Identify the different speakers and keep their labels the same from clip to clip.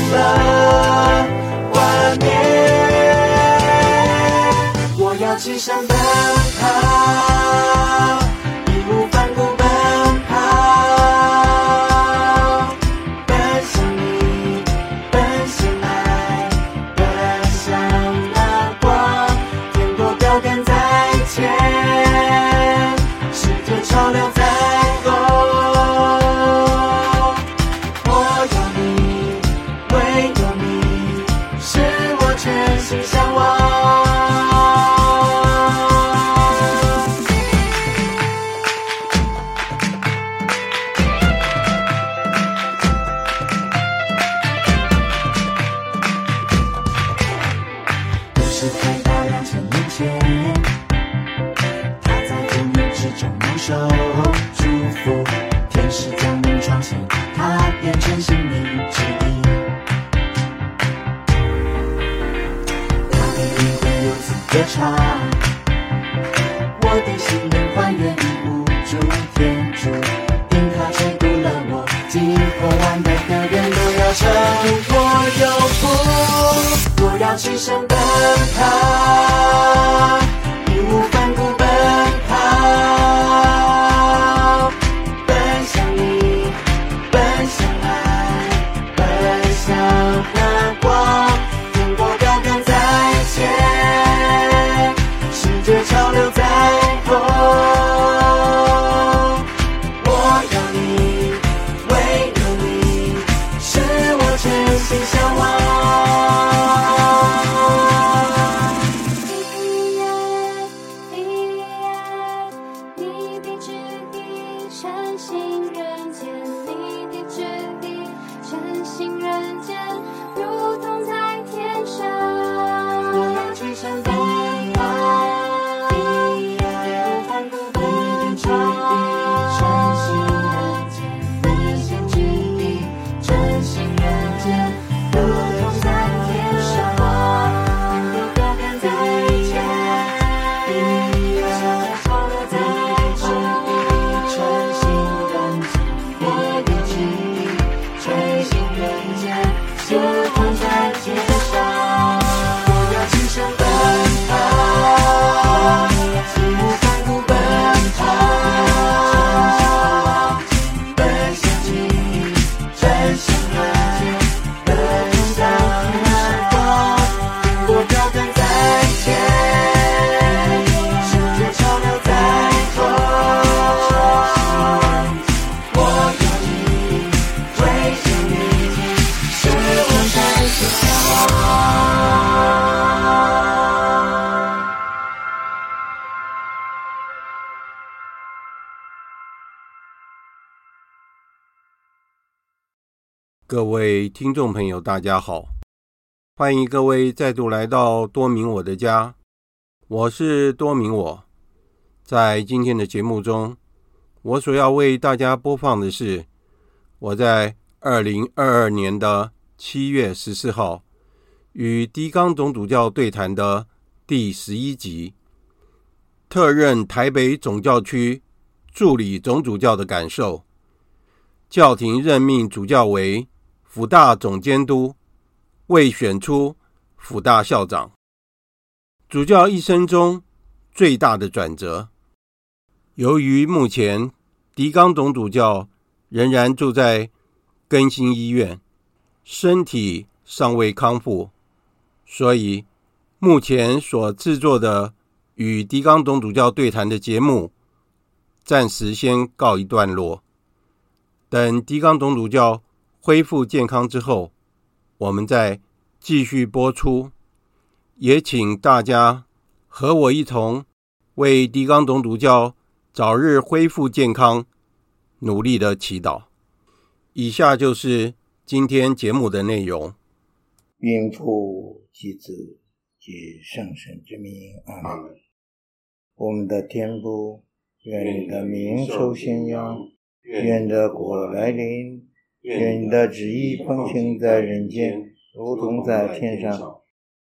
Speaker 1: 了画面。我要骑上奔跑，义无反顾奔跑，奔向你，奔向爱，奔向那光，天国标杆在前，世界潮流在后。我有你，唯有你，是我全心向往。故事在大两千年前，他在乌云之中蒙受祝福，天使降临创新，他变成心灵之一。他的灵魂有自歌唱，我的心灵还原无主天主，因他吹鼓了我，激活完美的人都要成我有福，我要起身奔跑，义无反顾奔跑，奔向你，奔向爱。奔向那光，中国标杆在前，世界潮流在后。我有你，唯有你，是我真心向往。
Speaker 2: 依然，依然，你的旨意，诚信人间，你的旨意，诚信人间，如同在天上。
Speaker 1: 我要去向奔跑，一路翻过不变长，穿行人间，
Speaker 2: 你的旨意，诚信人间，如同在天上。
Speaker 1: 中国标杆在前，一路潮流在后。
Speaker 2: 诚信人间，你的旨意，诚信人间，如同在天上。
Speaker 1: 我要起身奔跑，义无反顾奔跑，奔向你，奔向爱，奔向那光，中国标杆在前，世界潮流在后。我有你，唯有你，是我在心上。
Speaker 3: 各位听众朋友，大家好，欢迎各位再度来到多明我的家，我是多明我。在今天的节目中，我所要为大家播放的是我在二零二二年的七月十四号与狄刚总主教对谈的第十一集，特任台北总教区助理总主教的感受。教廷任命主教为辅大总监督，未选出辅大校长。主教一生中最大的转折，由于目前狄刚总主教仍然住在更新医院，身体尚未康复，所以目前所制作的与狄刚总主教对谈的节目，暂时先告一段落。等狄刚总主教恢复健康之后，我们再继续播出。也请大家和我一同为狄刚总主教早日恢复健康努力的祈祷。以下就是今天节目的内容。
Speaker 4: 愿父及子及圣神之名，阿门。我们的天父，愿你的名受宣扬，愿你的国来临，愿你的旨意奉行在人间，如同在天上。。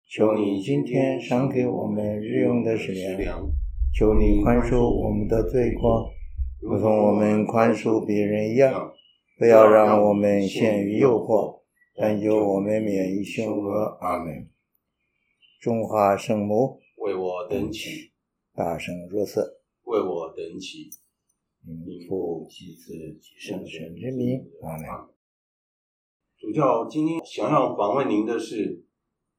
Speaker 4: 求你今天赏给我们日用的食粮，求你宽恕我们的罪过，如同我们宽恕别人一样。不要让我们陷于诱惑，但求我们免于凶恶。
Speaker 5: 阿门。
Speaker 4: 中华圣母，
Speaker 5: 为我等起，
Speaker 4: 大圣若瑟，
Speaker 5: 为我等起。
Speaker 4: 名父及子及圣神之名。阿门。
Speaker 3: 主教，今天想要访问您的是，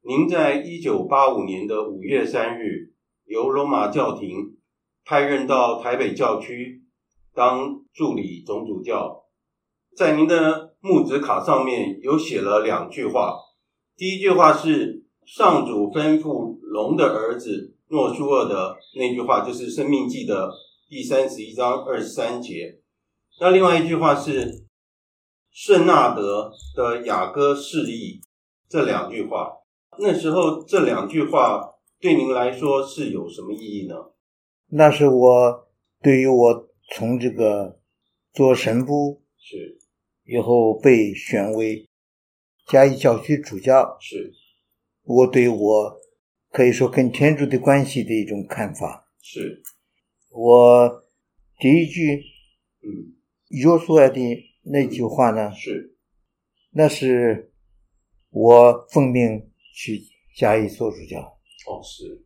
Speaker 3: 您在一九八五年的五月三日，由罗马教廷派任到台北教区当助理总主教，在您的牧职卡上面有写了两句话，第一句话是上主吩咐龙的儿子诺苏尔的那句话，就是《生命记》的第三十一章二十三节，那另外一句话是。圣纳德的雅歌示例这两句话，那时候这两句话对您来说是有什么意义呢？
Speaker 4: 那是我对于我从这个做神父
Speaker 3: 是
Speaker 4: 以后被选为嘉义教区主教，
Speaker 3: 是
Speaker 4: 我对我可以说跟天主的关系的一种看法。
Speaker 3: 是，
Speaker 4: 我第一句
Speaker 3: 嗯
Speaker 4: 约书亚的那句话呢，
Speaker 3: 是
Speaker 4: 那是我奉命去嘉义做主教。
Speaker 3: 哦是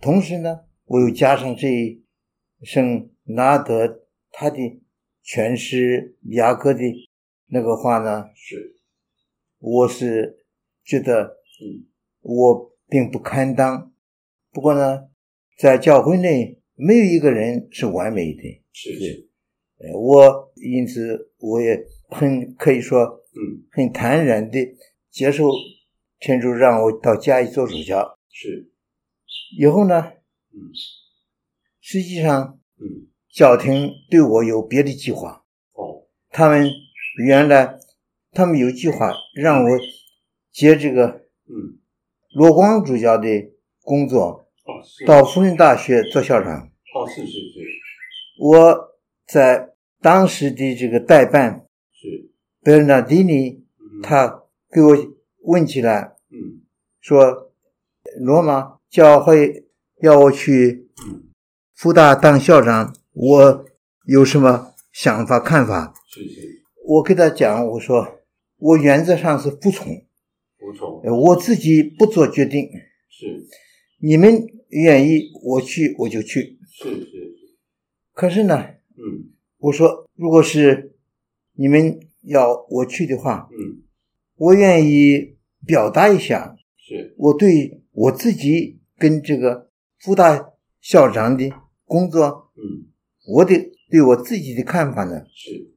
Speaker 4: 同时呢，我又加上这一圣拿德他的全诗雅歌的那个话呢，
Speaker 3: 是
Speaker 4: 我是觉得
Speaker 3: 嗯
Speaker 4: 我并不堪当。不过呢，在教会内没有一个人是完美的，
Speaker 3: 是是
Speaker 4: 呃我因此我也很可以说
Speaker 3: 嗯
Speaker 4: 很坦然的接受天主让我到家里做主教。
Speaker 3: 是
Speaker 4: 以后呢，
Speaker 3: 嗯
Speaker 4: 实际上
Speaker 3: 嗯
Speaker 4: 教廷对我有别的计划，
Speaker 3: 哦
Speaker 4: 他们原来他们有计划让我接这个
Speaker 3: 嗯
Speaker 4: 罗光主教的工作，
Speaker 3: 哦是
Speaker 4: 到复兴大学做校长。
Speaker 3: 哦是是是
Speaker 4: 我在当时的这个代办
Speaker 3: 是
Speaker 4: 贝尔纳迪尼，
Speaker 3: 嗯
Speaker 4: 他给我问起来
Speaker 3: 嗯
Speaker 4: 说，罗马教会要我去
Speaker 3: 嗯
Speaker 4: 复大当校长，我有什么想法看法？
Speaker 3: 是是
Speaker 4: 我跟他讲，我说我原则上是服从，
Speaker 3: 服从
Speaker 4: 呃我自己不做决定，
Speaker 3: 是
Speaker 4: 你们愿意我去我就去。
Speaker 3: 是是是
Speaker 4: 可是呢，
Speaker 3: 嗯
Speaker 4: 我说如果是你们要我去的话，
Speaker 3: 嗯
Speaker 4: 我愿意表达一下
Speaker 3: 是
Speaker 4: 我对我自己跟这个副大校长的工作，
Speaker 3: 嗯
Speaker 4: 我的对我自己的看法呢。
Speaker 3: 是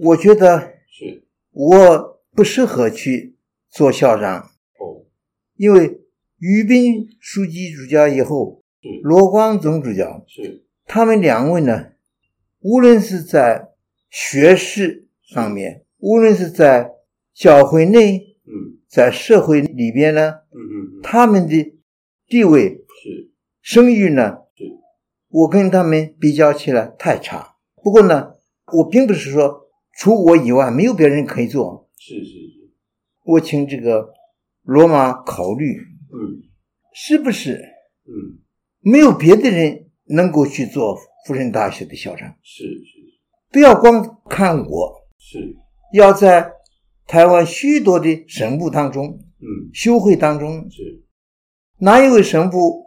Speaker 4: 我觉得
Speaker 3: 是
Speaker 4: 我不适合去做校长，
Speaker 3: 哦
Speaker 4: 因为于斌书记主教以后，
Speaker 3: 是
Speaker 4: 罗光总主教，
Speaker 3: 是
Speaker 4: 他们两位呢，无论是在学识上面，无论是在教会内，
Speaker 3: 嗯
Speaker 4: 在社会里边呢，
Speaker 3: 嗯嗯嗯
Speaker 4: 他们的地位、
Speaker 3: 是
Speaker 4: 声誉呢
Speaker 3: 是，
Speaker 4: 我跟他们比较起来太差。不过呢，我并不是说除我以外没有别人可以做，
Speaker 3: 是是是
Speaker 4: 我请这个罗马考虑
Speaker 3: 嗯
Speaker 4: 是不是。
Speaker 3: 嗯
Speaker 4: 没有别的人能够去做复仁大学的校长。
Speaker 3: 是是
Speaker 4: 不要光看我，
Speaker 3: 是
Speaker 4: 要在台湾许多的神父当中、
Speaker 3: 嗯
Speaker 4: 修会当中，
Speaker 3: 是
Speaker 4: 哪一位神父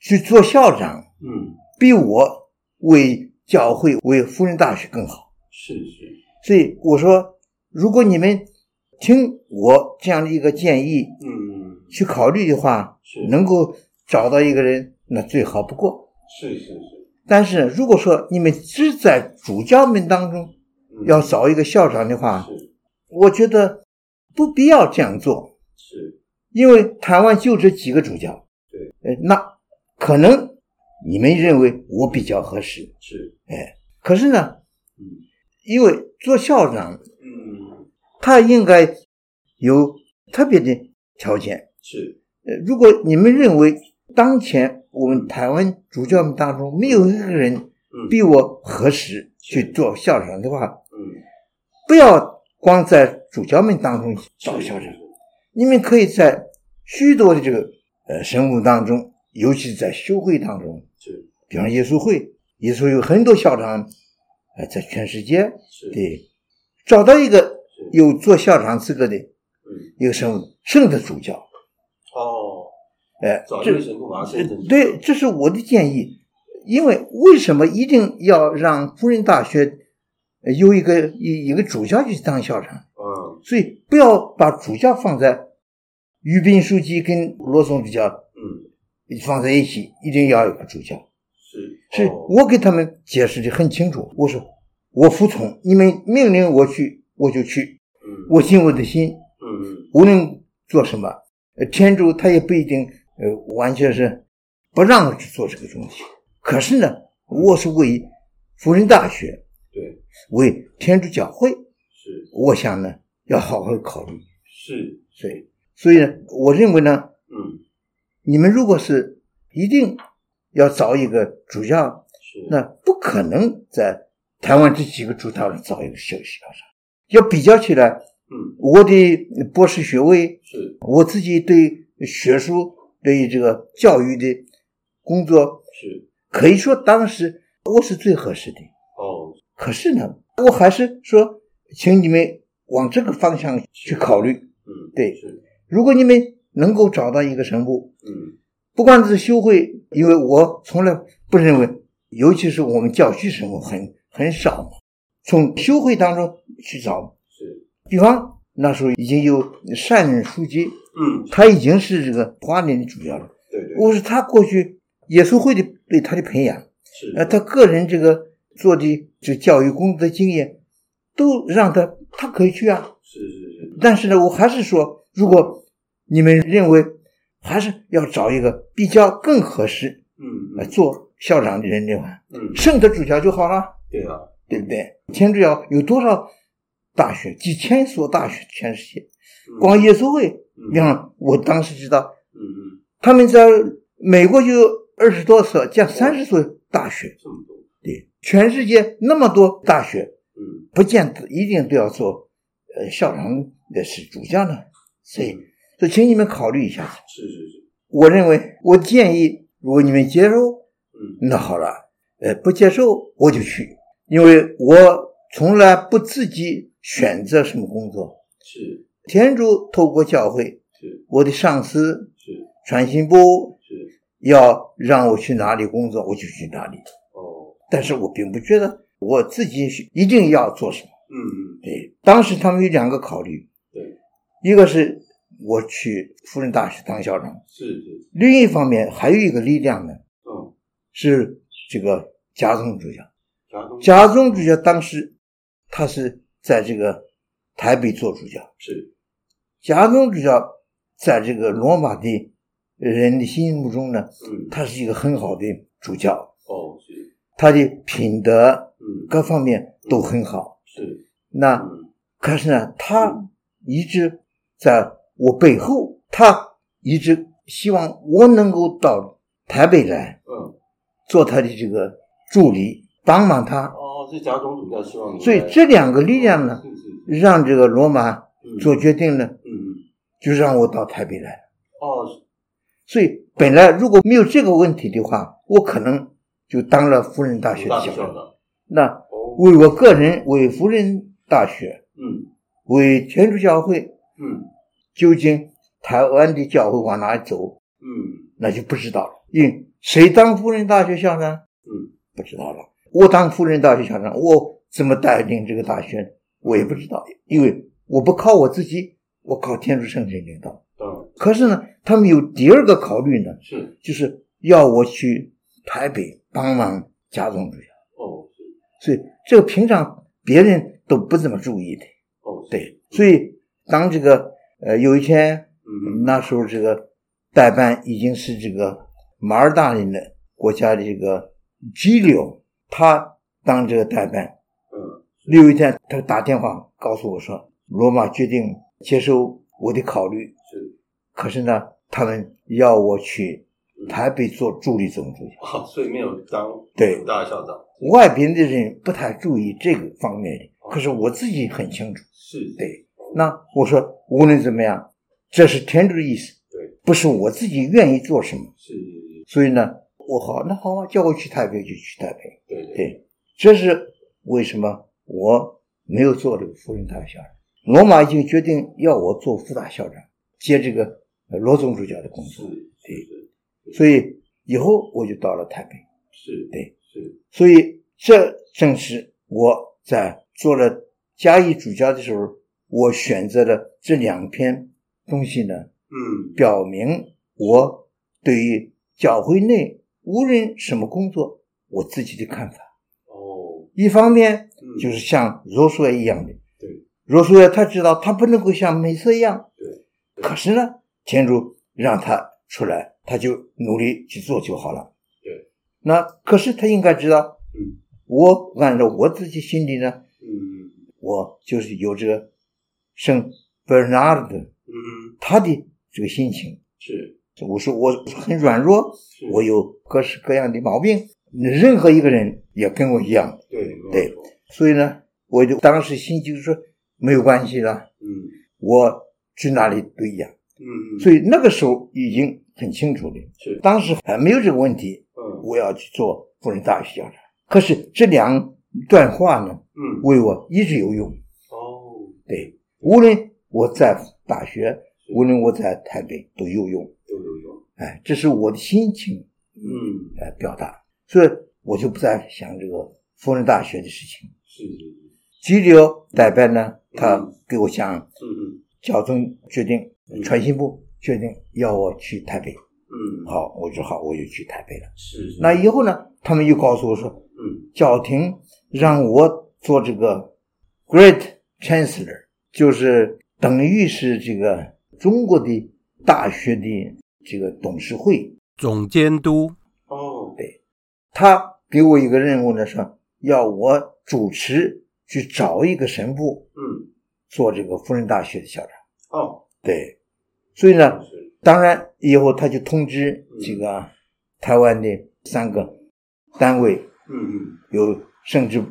Speaker 4: 去做校长，
Speaker 3: 嗯
Speaker 4: 比我为教会、为复仁大学更好？
Speaker 3: 是是
Speaker 4: 所以我说，如果你们听我这样的一个建议
Speaker 3: 嗯
Speaker 4: 去考虑的话
Speaker 3: 是，
Speaker 4: 能够找到一个人，那最好不过。
Speaker 3: 是是是
Speaker 4: 但是如果说你们只在主教们当中
Speaker 3: 嗯
Speaker 4: 要啊找一个校长的话，
Speaker 3: 是
Speaker 4: 我觉得不必要这样做，
Speaker 3: 是
Speaker 4: 因为台湾就这几个主教。
Speaker 3: 对，
Speaker 4: 呃，那可能你们认为我比较合适，
Speaker 3: 是
Speaker 4: 可是呢，
Speaker 3: 嗯
Speaker 4: 因为做校长
Speaker 3: 嗯
Speaker 4: 他应该有特别的条件。
Speaker 3: 是
Speaker 4: 呃，如果你们认为当前我们台湾主教们当中没有一个人
Speaker 3: 嗯
Speaker 4: 比我合适去做校长的话，
Speaker 3: 嗯
Speaker 4: 不要光在主教们当中找校长，你们可以在许多的这个呃神务当中，尤其在修会当中，
Speaker 3: 是
Speaker 4: 比方耶稣会，耶稣有很多校长，呃，在全世界
Speaker 3: 是
Speaker 4: 对，找到一个有做校长资格的，
Speaker 3: 嗯，
Speaker 4: 一个圣母圣的主教，
Speaker 3: 哦，
Speaker 4: 哎，
Speaker 3: 找一
Speaker 4: 这
Speaker 3: 个神父把他圣正
Speaker 4: 对，这是我的建议。因为为什么一定要让工人大学呃有一个一一个主教去当校长？
Speaker 3: 嗯
Speaker 4: 所以不要把主教放在于斌书记跟罗松主教
Speaker 3: 嗯，
Speaker 4: 放在一起，一定要有个主教。
Speaker 3: 是
Speaker 4: 是
Speaker 3: 哦
Speaker 4: 我给他们解释的很清楚，我说我服从你们命令我去，我就去，
Speaker 3: 嗯
Speaker 4: 我尽我的心，
Speaker 3: 嗯嗯
Speaker 4: 无论做什么，呃，天主他也不一定呃完全是不让我去做这个东西。可是呢，我是为辅仁大学，
Speaker 3: 对
Speaker 4: 为天主教会，
Speaker 3: 是
Speaker 4: 我想呢要好好考虑。
Speaker 3: 是
Speaker 4: 所以，所以呢，我认为呢，
Speaker 3: 嗯
Speaker 4: 你们如果是一定要找一个主教，
Speaker 3: 是
Speaker 4: 那不可能在台湾这几个主教里找一个小小长。要比较起来，
Speaker 3: 嗯
Speaker 4: 我的博士学位
Speaker 3: 是
Speaker 4: 我自己对学术、对这个教育的工作，
Speaker 3: 是
Speaker 4: 可以说当时我是最合适的。
Speaker 3: 哦
Speaker 4: 可是呢，我还是说，请你们往这个方向去考虑。
Speaker 3: 嗯
Speaker 4: 对
Speaker 3: 是
Speaker 4: 如果你们能够找到一个神父，
Speaker 3: 嗯
Speaker 4: 不光是修会，因为我从来不认为，尤其是我们教区神父很很少嘛，从修会当中去找。
Speaker 3: 是
Speaker 4: 比方那时候已经有单书记，
Speaker 3: 嗯
Speaker 4: 他已经是这个华联的主要了。
Speaker 3: 对对
Speaker 4: 我说他过去耶稣会的对他的培养，
Speaker 3: 是
Speaker 4: 呃，他个人这个做的这教育工作的经验，都让他他可以去啊。
Speaker 3: 是是是
Speaker 4: 但是呢，我还是说，如果你们认为还是要找一个比较更合适
Speaker 3: 嗯
Speaker 4: 呃
Speaker 3: 嗯
Speaker 4: 做校长的人的话，
Speaker 3: 嗯
Speaker 4: 圣德主教就好了，
Speaker 3: 对啊
Speaker 4: 对不对？天主教有多少大学？几千所大学，全世界，
Speaker 3: 嗯
Speaker 4: 光耶稣会，
Speaker 3: 嗯
Speaker 4: 你看，我当时知道
Speaker 3: 嗯嗯
Speaker 4: 他们在美国就有二十多所，将三十所大学，
Speaker 3: 这么多
Speaker 4: 对，全世界那么多大学，
Speaker 3: 嗯
Speaker 4: 不见得一定都要做呃校长的是主教呢。所
Speaker 3: 嗯
Speaker 4: 以，所以请你们考虑一下。
Speaker 3: 是是是
Speaker 4: 我认为，我建议，如果你们接受，
Speaker 3: 嗯
Speaker 4: 那好了，呃，不接受我就去，因为我从来不自己选择什么工作。
Speaker 3: 是
Speaker 4: 天主透过教会，
Speaker 3: 是
Speaker 4: 我的上司
Speaker 3: 是
Speaker 4: 传信部
Speaker 3: 是
Speaker 4: 要让我去哪里工作，我就去哪里。
Speaker 3: 哦
Speaker 4: 但是我并不觉得我自己是一定要做什么。
Speaker 3: 嗯嗯
Speaker 4: 对，当时他们有两个考虑，
Speaker 3: 对
Speaker 4: 一个是我去辅仁大学当校长，
Speaker 3: 是是
Speaker 4: 另一方面还有一个力量呢
Speaker 3: 嗯
Speaker 4: 是这个贾总主教。
Speaker 3: 夹东
Speaker 4: 贾总主教当时他是在这个台北做主教，
Speaker 3: 是
Speaker 4: 贾总主教在这个罗马的人的心目中呢，
Speaker 3: 嗯
Speaker 4: 他是一个很好的主教，
Speaker 3: 哦是
Speaker 4: 他的品德
Speaker 3: 嗯
Speaker 4: 各方面都很好。
Speaker 3: 是
Speaker 4: 那
Speaker 3: 嗯
Speaker 4: 可是呢，他一直在我背后，他一直希望我能够到台北来
Speaker 3: 嗯
Speaker 4: 做他的这个助理，帮忙他。
Speaker 3: 哦是夹总主教希望你
Speaker 4: 所以
Speaker 3: 来
Speaker 4: 这两个力量呢，
Speaker 3: 是是是
Speaker 4: 让这个罗马
Speaker 3: 嗯
Speaker 4: 做决定呢，
Speaker 3: 嗯嗯
Speaker 4: 就让我到台北来。
Speaker 3: 哦是
Speaker 4: 所以本来如果没有这个问题的话，我可能就当了辅仁大学
Speaker 3: 大
Speaker 4: 的
Speaker 3: 学
Speaker 4: 校
Speaker 3: 校
Speaker 4: 长。
Speaker 3: 长
Speaker 4: 那
Speaker 3: 哦
Speaker 4: 为我个人，为辅仁大学，
Speaker 3: 嗯
Speaker 4: 为天主教会，
Speaker 3: 嗯
Speaker 4: 究竟台湾的教会往哪里走，
Speaker 3: 嗯
Speaker 4: 那就不知道了。因为谁当辅仁大学校长
Speaker 3: 嗯
Speaker 4: 不知道了，我当辅仁大学校长，我怎么带领这个大学，我也不知道，因为我不靠我自己，我靠天主圣神领导。
Speaker 3: 嗯
Speaker 4: 可是呢，他们有第二个考虑呢，
Speaker 3: 是
Speaker 4: 就是要我去台北帮忙家中主教，
Speaker 3: 哦是
Speaker 4: 所以这个平常别人都不怎么注意的。
Speaker 3: 哦是
Speaker 4: 对，所以当这个呃有一天
Speaker 3: 嗯
Speaker 4: 那时候这个代办已经是这个马尔大人的国家的这个激流，他当这个代办。
Speaker 3: 嗯
Speaker 4: 有一天，他打电话告诉我说，罗马决定接受我的考虑，
Speaker 3: 是
Speaker 4: 可是呢，他们要我去台北做助理总主教。
Speaker 3: 哦所以没有当
Speaker 4: 对
Speaker 3: 主大校长
Speaker 4: 外边的人不太注意这个方面的，可是我自己很清楚。
Speaker 3: 是
Speaker 4: 对，那我说，无论怎么样，这是天主的意思，
Speaker 3: 对
Speaker 4: 不是我自己愿意做什么。
Speaker 3: 是
Speaker 4: 所以呢，我好，那好啊，叫我去台北就去台北。
Speaker 3: 对对
Speaker 4: 哎对，这是为什么我没有做这个辅仁大学校长。罗马已经决定要我做副大校长，接这个呃罗总主教的工
Speaker 3: 是
Speaker 4: 作，
Speaker 3: 是
Speaker 4: 所以以后我就到了台北，
Speaker 3: 是，
Speaker 4: 对
Speaker 3: 是
Speaker 4: 所以这正是我在做了嘉义主教的时候，我选择了这两篇东西呢，
Speaker 3: 嗯
Speaker 4: 表明我对于教会内无论什么工作，我自己的看法。
Speaker 3: 哦，
Speaker 4: 一方面
Speaker 3: 嗯
Speaker 4: 就是像罗素一样的，
Speaker 3: 对
Speaker 4: 罗素他知道他不能够像梅瑟一样，
Speaker 3: 对对
Speaker 4: 可是呢，天主让他出来，他就努力去做就好了。
Speaker 3: 对，
Speaker 4: 那可是他应该知道，
Speaker 3: 嗯
Speaker 4: 我按照我自己心里呢，
Speaker 3: 嗯
Speaker 4: 我就是有这个圣 Bernard
Speaker 3: 嗯
Speaker 4: 他的这个心情。
Speaker 3: 是
Speaker 4: 我说我很软弱，
Speaker 3: 是，
Speaker 4: 我有各式各样的毛病，任何一个人也跟我一样，
Speaker 3: 对没有
Speaker 4: 对
Speaker 3: 错
Speaker 4: 所以呢，我就当时心就是说没有关系了，
Speaker 3: 嗯
Speaker 4: 我去哪里都一样。
Speaker 3: 嗯，
Speaker 4: 所
Speaker 3: 以
Speaker 4: 以那个时候已经很清楚了，
Speaker 3: 是
Speaker 4: 当时还没有这个问题，
Speaker 3: 嗯
Speaker 4: 我要去做辅仁大学校长。可是这两段话呢，
Speaker 3: 嗯
Speaker 4: 为我一直有用。
Speaker 3: 哦
Speaker 4: 对，无论我在大学，无论我在台北都有用。
Speaker 3: 都有用，
Speaker 4: 哎，这是我的心情。
Speaker 3: 嗯
Speaker 4: 来表达，所以我就不再想这个辅仁大学的事情。
Speaker 3: 是是是
Speaker 4: 吉里奥代班呢，他
Speaker 3: 嗯
Speaker 4: 给我讲，
Speaker 3: 嗯
Speaker 4: 教宗决定
Speaker 3: 嗯，
Speaker 4: 传信部决定要我去台北。
Speaker 3: 嗯嗯
Speaker 4: 好，我说好，我就去台北了。
Speaker 3: 是是
Speaker 4: 那以后呢，他们又告诉我说，
Speaker 3: 嗯
Speaker 4: 教廷让我做这个 Great Chancellor，就是等于是这个中国的大学的这个董事会。
Speaker 6: 总监督，
Speaker 3: 哦
Speaker 4: 对他给我一个任务呢，说要我主持去找一个神父
Speaker 3: 嗯
Speaker 4: 做这个辅仁大学的校长。
Speaker 3: 哦
Speaker 4: 对，所以呢，
Speaker 3: 是
Speaker 4: 当然以后他就通知
Speaker 3: 嗯
Speaker 4: 这个啊台湾的三个单位，
Speaker 3: 嗯
Speaker 4: 有圣职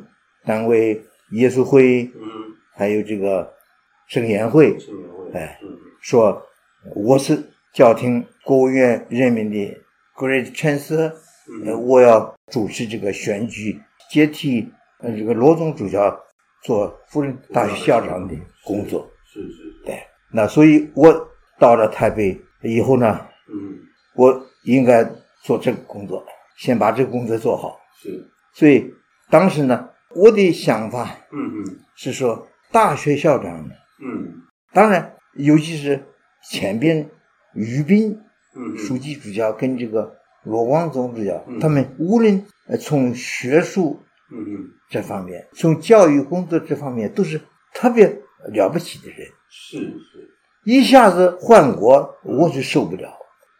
Speaker 4: 单位、耶稣会
Speaker 3: 嗯，嗯
Speaker 4: 还有这个圣言会，
Speaker 3: 是年会
Speaker 4: 哎
Speaker 3: 嗯
Speaker 4: 说我是教廷国务院任命的 Great Chancellor。
Speaker 3: 嗯
Speaker 4: 呃，我要主持这个选举，接替呃这个罗总主教做夫人大学校长的工作。
Speaker 3: 是是
Speaker 4: 对，那所以我到了台北以后呢，
Speaker 3: 嗯
Speaker 4: 我应该做这个工作，先把这个工作做好。
Speaker 3: 是
Speaker 4: 所以当时呢，我的想法
Speaker 3: 嗯嗯
Speaker 4: 是说，大学校长，
Speaker 3: 嗯
Speaker 4: 当然尤其是前边于斌
Speaker 3: 嗯
Speaker 4: 书记主教跟这个罗光总主教，
Speaker 3: 嗯
Speaker 4: 他们无论呃从学术
Speaker 3: 嗯嗯
Speaker 4: 这方面，从教育工作这方面都是特别了不起的人。
Speaker 3: 是是
Speaker 4: 一下子换我，我是受不了。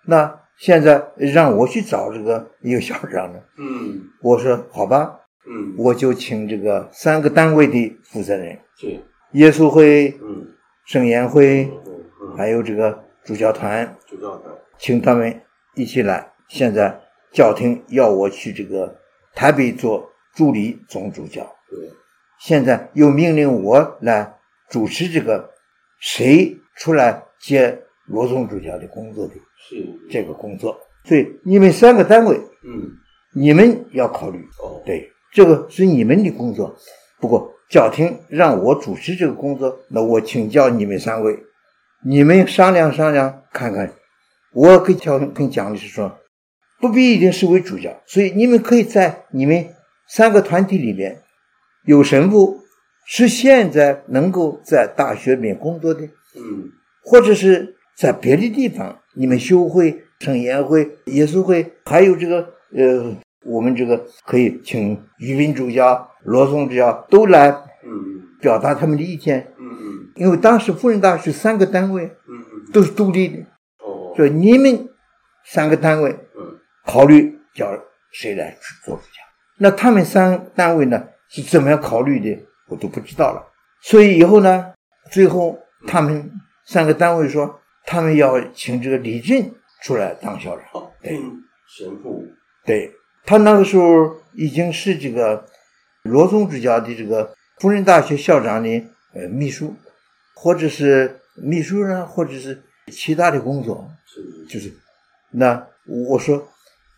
Speaker 4: 那现在让我去找这个一个校长呢，
Speaker 3: 嗯
Speaker 4: 我说好吧，
Speaker 3: 嗯
Speaker 4: 我就请这个三个单位的负责人，
Speaker 3: 是
Speaker 4: 耶稣会、
Speaker 3: 嗯
Speaker 4: 圣言会，
Speaker 3: 嗯嗯
Speaker 4: 还有这个主教团，
Speaker 3: 主教团
Speaker 4: 请他们一起来。现在教廷要我去这个台北做助理总主教，
Speaker 3: 对
Speaker 4: 现在又命令我来主持这个谁出来接罗总主教的工作的
Speaker 3: 是
Speaker 4: 这个工作。所以你们三个单位，
Speaker 3: 嗯
Speaker 4: 你们要考虑，
Speaker 3: 哦
Speaker 4: 对，这个是你们的工作。不过教廷让我主持这个工作，那我请教你们三位，你们商量商量看看。我跟教廷讲的是说，不必一定是为主教，所以你们可以在你们三个团体里面有神父是现在能够在大学里面工作的，
Speaker 3: 嗯
Speaker 4: 或者是在别的地方，你们修会、圣言会、耶稣会，还有这个呃，我们这个可以请于斌主教、罗松主教都来
Speaker 3: 嗯
Speaker 4: 表达他们的意见，
Speaker 3: 嗯嗯
Speaker 4: 因为当时辅仁大学三个单位
Speaker 3: 嗯嗯
Speaker 4: 都是独立的，
Speaker 3: 哦
Speaker 4: 所以你们三个单位
Speaker 3: 嗯
Speaker 4: 考虑叫谁来去做主教。那他们三单位呢是怎么样考虑的，我都不知道了。所以以后呢，最后他们三个单位说，他们要请这个李振出来当校长。
Speaker 3: 哦嗯神父
Speaker 4: 对他那个时候已经是这个罗宗主教的这个辅仁大学校长的呃秘书，或者是秘书呢，或者是其他的工作。
Speaker 3: 是
Speaker 4: 就是，那我说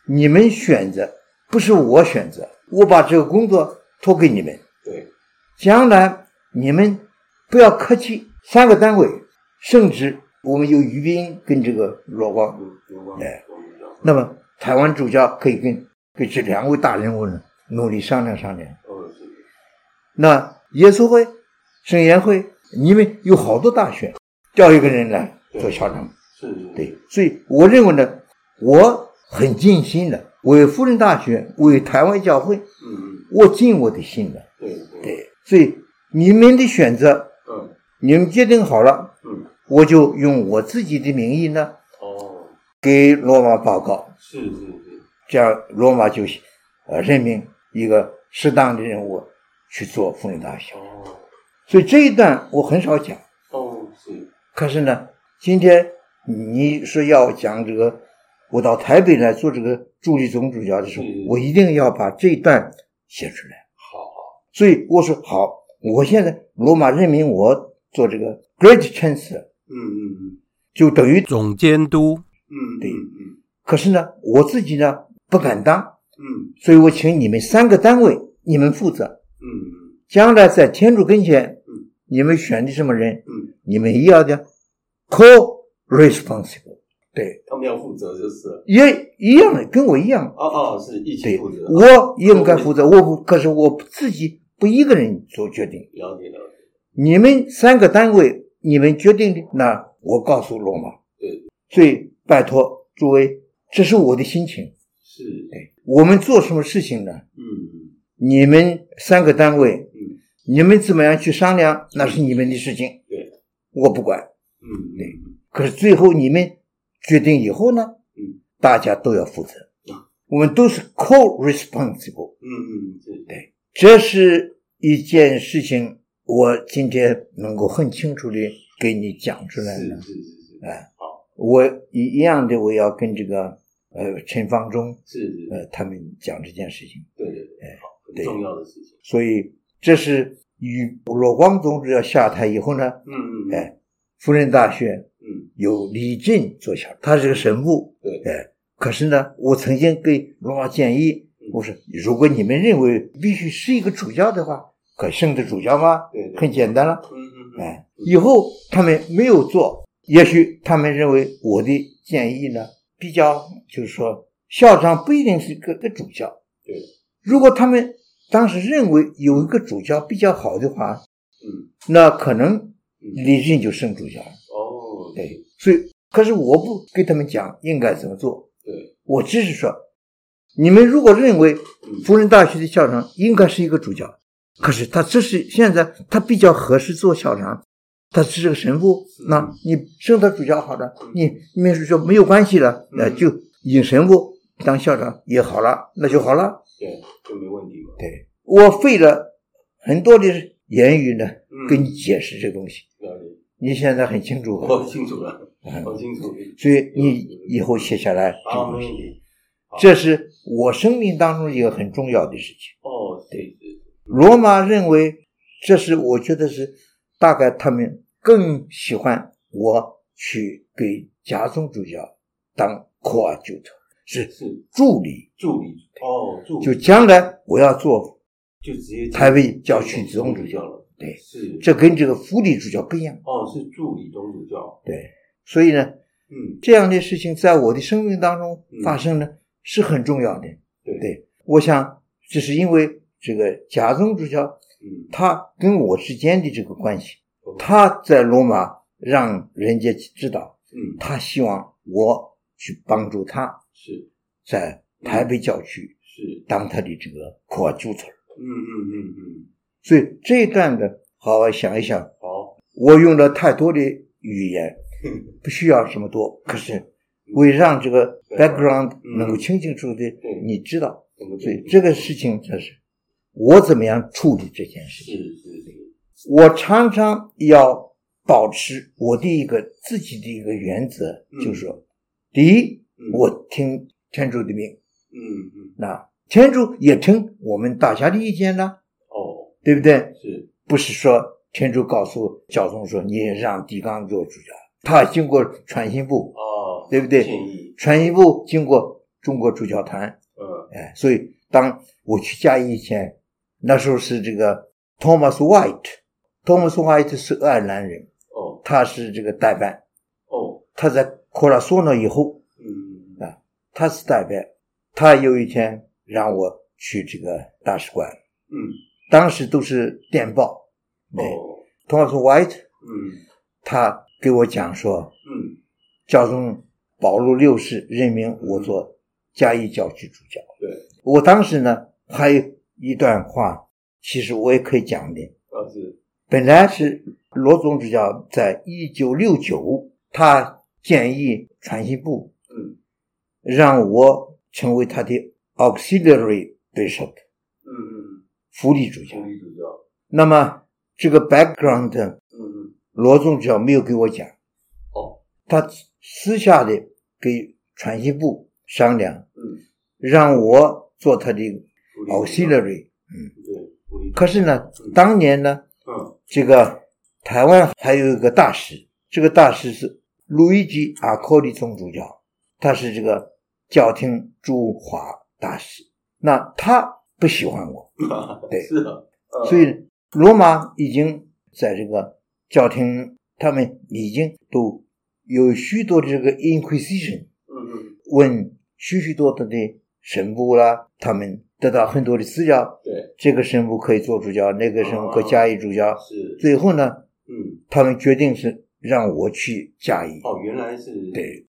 Speaker 4: 你们选择，不是我选择，我把这个工作托给你们，
Speaker 3: 对
Speaker 4: 将来你们不要客气，三个单位，甚至我们有于斌跟这个罗光，哎，那么台湾主教可以跟跟这两位大人物呢努力商量商量。
Speaker 3: 嗯，是，
Speaker 4: 那耶稣会、圣言会，你们有好多大学，叫一个人来做校长。
Speaker 3: 是是，
Speaker 4: 对，所以我认为呢，我很尽心的为夫人大学、为台湾教会，
Speaker 3: 嗯，
Speaker 4: 我尽我的心了。
Speaker 3: 对对，
Speaker 4: 对，所以你们的选择，
Speaker 3: 嗯
Speaker 4: 你们决定好了，
Speaker 3: 嗯，
Speaker 4: 我就用我自己的名义呢，
Speaker 3: 哦，
Speaker 4: 给罗马报告，
Speaker 3: 是是是，
Speaker 4: 这样罗马就呃任命一个适当的人物去做夫人大学。
Speaker 3: 哦
Speaker 4: 所以这一段我很少讲。
Speaker 3: 哦是，
Speaker 4: 可是呢，今天你说要讲这个，我到台北来做这个助理总主教的时候
Speaker 3: 嗯，
Speaker 4: 我一定要把这一段写出来。
Speaker 3: 好，
Speaker 4: 所以我说好，我现在罗马任命我做这个 Great Chancellor，
Speaker 3: 嗯嗯
Speaker 4: 就等于。
Speaker 6: 总监督
Speaker 3: 嗯，
Speaker 4: 对
Speaker 3: 嗯
Speaker 4: 可是呢，我自己呢不敢当，
Speaker 3: 嗯
Speaker 4: 所以我请你们三个单位你们负责，
Speaker 3: 嗯嗯
Speaker 4: 将来在天主跟前
Speaker 3: 嗯，
Speaker 4: 你们选的什么人，
Speaker 3: 嗯，
Speaker 4: 你们要的 co-responsible，对，
Speaker 3: 他们要负责就是了，
Speaker 4: 也一样的，跟我一样。
Speaker 3: 哦哦，是一起
Speaker 4: 对，
Speaker 3: 负责，
Speaker 4: 我应该负责，我不可是我自己不一个人做决定。
Speaker 3: 了解了解，
Speaker 4: 你们三个单位，你们决定的，那我告诉罗马。
Speaker 3: 对，
Speaker 4: 所以拜托诸位，这是我的心情。
Speaker 3: 是，
Speaker 4: 我们做什么事情呢？
Speaker 3: 嗯
Speaker 4: 你们三个单位，
Speaker 3: 嗯
Speaker 4: 你们怎么样去商量，那是你们的事情，
Speaker 3: 对，
Speaker 4: 我不管。
Speaker 3: 嗯对，
Speaker 4: 可是最后你们决定以后呢
Speaker 3: 嗯，
Speaker 4: 大家都要负责
Speaker 3: 啊，
Speaker 4: 我们都是 co-responsible。
Speaker 3: 嗯嗯是，
Speaker 4: 这是一件事情，我今天能够很清楚的给你讲出来
Speaker 3: 是
Speaker 4: 了。
Speaker 3: 是是是，
Speaker 4: 我一样的，我要跟这个呃陈方中
Speaker 3: 是是，
Speaker 4: 呃他们讲这件事情，
Speaker 3: 对对
Speaker 4: 哎
Speaker 3: 对，好，很重要的事情，
Speaker 4: 所以这是与罗光总主要下台以后呢，
Speaker 3: 嗯嗯
Speaker 4: 哎，辅仁大学
Speaker 3: 嗯
Speaker 4: 由李进做校长，他是个神父，
Speaker 3: 对，
Speaker 4: 哎，可是呢，我曾经给罗马建议，
Speaker 3: 嗯
Speaker 4: 我说如果你们认为必须是一个主教的话，可圣的主教吗？
Speaker 3: 对对
Speaker 4: 很简单了。
Speaker 3: 嗯嗯嗯，
Speaker 4: 哎，以后他们没有做，也许他们认为我的建议呢比较，就是说校长不一定是个个主教。
Speaker 3: 对，
Speaker 4: 如果他们当时认为有一个主教比较好的话，
Speaker 3: 嗯
Speaker 4: 那可能
Speaker 3: 嗯，
Speaker 4: 李俊就升主教了。
Speaker 3: 哦，
Speaker 4: 对，哎所以可是我不给他们讲应该怎么做，
Speaker 3: 对，
Speaker 4: 我只是说，你们如果认为
Speaker 3: 嗯
Speaker 4: 辅仁大学的校长应该是一个主教，可是他只是现在他比较合适做校长，他只是个神父，那你升他主教好了，你你们说没有关系了，
Speaker 3: 嗯
Speaker 4: 那就引神父当校长也好了，那就好了。
Speaker 3: 对，就没问题嘛，
Speaker 4: 对我费了很多的言语呢，
Speaker 3: 嗯
Speaker 4: 跟你解释这东西，
Speaker 3: 了解，
Speaker 4: 你现在很清楚啊吧
Speaker 3: 我清楚了，
Speaker 4: 嗯
Speaker 3: 我清楚，
Speaker 4: 所以你以后写下来这个
Speaker 3: 啊，
Speaker 4: 东
Speaker 3: 没问
Speaker 4: 西，
Speaker 3: 题，
Speaker 4: 这是我生命当中一个很重要的事情。
Speaker 3: 哦，对对，
Speaker 4: 罗马认为这是我觉得是大概他们更喜欢我去给家宗主教当 coadjutor，是
Speaker 3: 是
Speaker 4: 助理，
Speaker 3: 助理，哦，助理
Speaker 4: 就将来我要做，
Speaker 3: 就直接
Speaker 4: 台北教区总主教
Speaker 3: 了，
Speaker 4: 对
Speaker 3: 是，
Speaker 4: 这跟这个福利主教不一样。
Speaker 3: 哦是助理总主教，
Speaker 4: 对，所以呢，
Speaker 3: 嗯，
Speaker 4: 这样的事情在我的生命当中
Speaker 3: 嗯
Speaker 4: 发生呢、是很重要的。
Speaker 3: 对，
Speaker 4: 对，我想这是因为这个家宗主教
Speaker 3: 嗯，
Speaker 4: 他跟我之间的这个关系
Speaker 3: 哦，
Speaker 4: 他在罗马让人家知道，
Speaker 3: 嗯，
Speaker 4: 他希望我去帮助他
Speaker 3: 是
Speaker 4: 在台北教区
Speaker 3: 是，
Speaker 4: 当他的这个 coadjutor。
Speaker 3: 嗯嗯嗯嗯，
Speaker 4: 所以这一段的，好好想一想，
Speaker 3: 好，
Speaker 4: 我用了太多的语言，不需要这么多，可是为让这个 background
Speaker 3: 嗯
Speaker 4: 能够清清楚楚的
Speaker 3: 对
Speaker 4: 你知道，
Speaker 3: 整个
Speaker 4: 所以这个事情就是我怎么样处理这件事
Speaker 3: 是
Speaker 4: 情。
Speaker 3: 是是，
Speaker 4: 我常常要保持我的一个自己的一个原则，
Speaker 3: 嗯
Speaker 4: 就是说，第一，
Speaker 3: 嗯
Speaker 4: 我听天主的命，
Speaker 3: 嗯嗯，
Speaker 4: 那天主也听我们大家的意见啦，
Speaker 3: 哦，
Speaker 4: 对不对？
Speaker 3: 是，
Speaker 4: 不是说天主告诉教宗说你让狄刚做主教，他经过传信部，
Speaker 3: 哦，
Speaker 4: 对不对
Speaker 3: 建议，
Speaker 4: 传信部经过中国主教团，
Speaker 3: 嗯，
Speaker 4: 哎，所以当我去加以前，那时候是这个 Thomas White，Thomas White 是爱尔兰人。
Speaker 3: 哦
Speaker 4: 他是这个代班，
Speaker 3: 哦，
Speaker 4: 他在科拉索诺以后，
Speaker 3: 嗯
Speaker 4: 他是代班，他有一天让我去这个大使馆，
Speaker 3: 嗯，
Speaker 4: 当时都是电报，哎
Speaker 3: 哦，
Speaker 4: ，Thomas White
Speaker 3: 嗯
Speaker 4: 他给我讲说，
Speaker 3: 嗯，
Speaker 4: 教宗保禄六世任命我做嘉义教区主教，
Speaker 3: 对，
Speaker 4: 我当时呢还有一段话，其实我也可以讲的，
Speaker 3: 倒是，
Speaker 4: 本来是罗总主教在一九六九，他建议传信部
Speaker 3: 嗯
Speaker 4: 让我成为他的 auxiliary bishop
Speaker 3: 嗯嗯，
Speaker 4: 福利主教。
Speaker 3: 红衣主教，
Speaker 4: 那么这个 background
Speaker 3: 嗯嗯，
Speaker 4: 罗总主教没有给我讲，
Speaker 3: 哦，
Speaker 4: 他私下的给传信部商量，
Speaker 3: 嗯，
Speaker 4: 让我做他的
Speaker 3: 福
Speaker 4: 哦
Speaker 3: 利主教，
Speaker 4: auxiliary。
Speaker 3: 对，福利，
Speaker 4: 可是呢，当年呢，
Speaker 3: 嗯
Speaker 4: 这个台湾还有一个大使，这个大使是路易吉阿科里总主教，他是这个教廷驻华大使。那他不喜欢我，对
Speaker 3: 是的，嗯
Speaker 4: 所以罗马已经在这个教廷，他们已经都有许多的这个 inquisition
Speaker 3: 嗯嗯，
Speaker 4: 问许许多多的神父啦，他们得到很多的资料，
Speaker 3: 对，哦
Speaker 4: 这个神父可以做主教，那个神父可以加以主教，
Speaker 3: 是，
Speaker 4: 最后呢。
Speaker 3: 嗯，
Speaker 4: 他们决定是让我去驾驭。
Speaker 3: 哦，原来是，
Speaker 4: 对，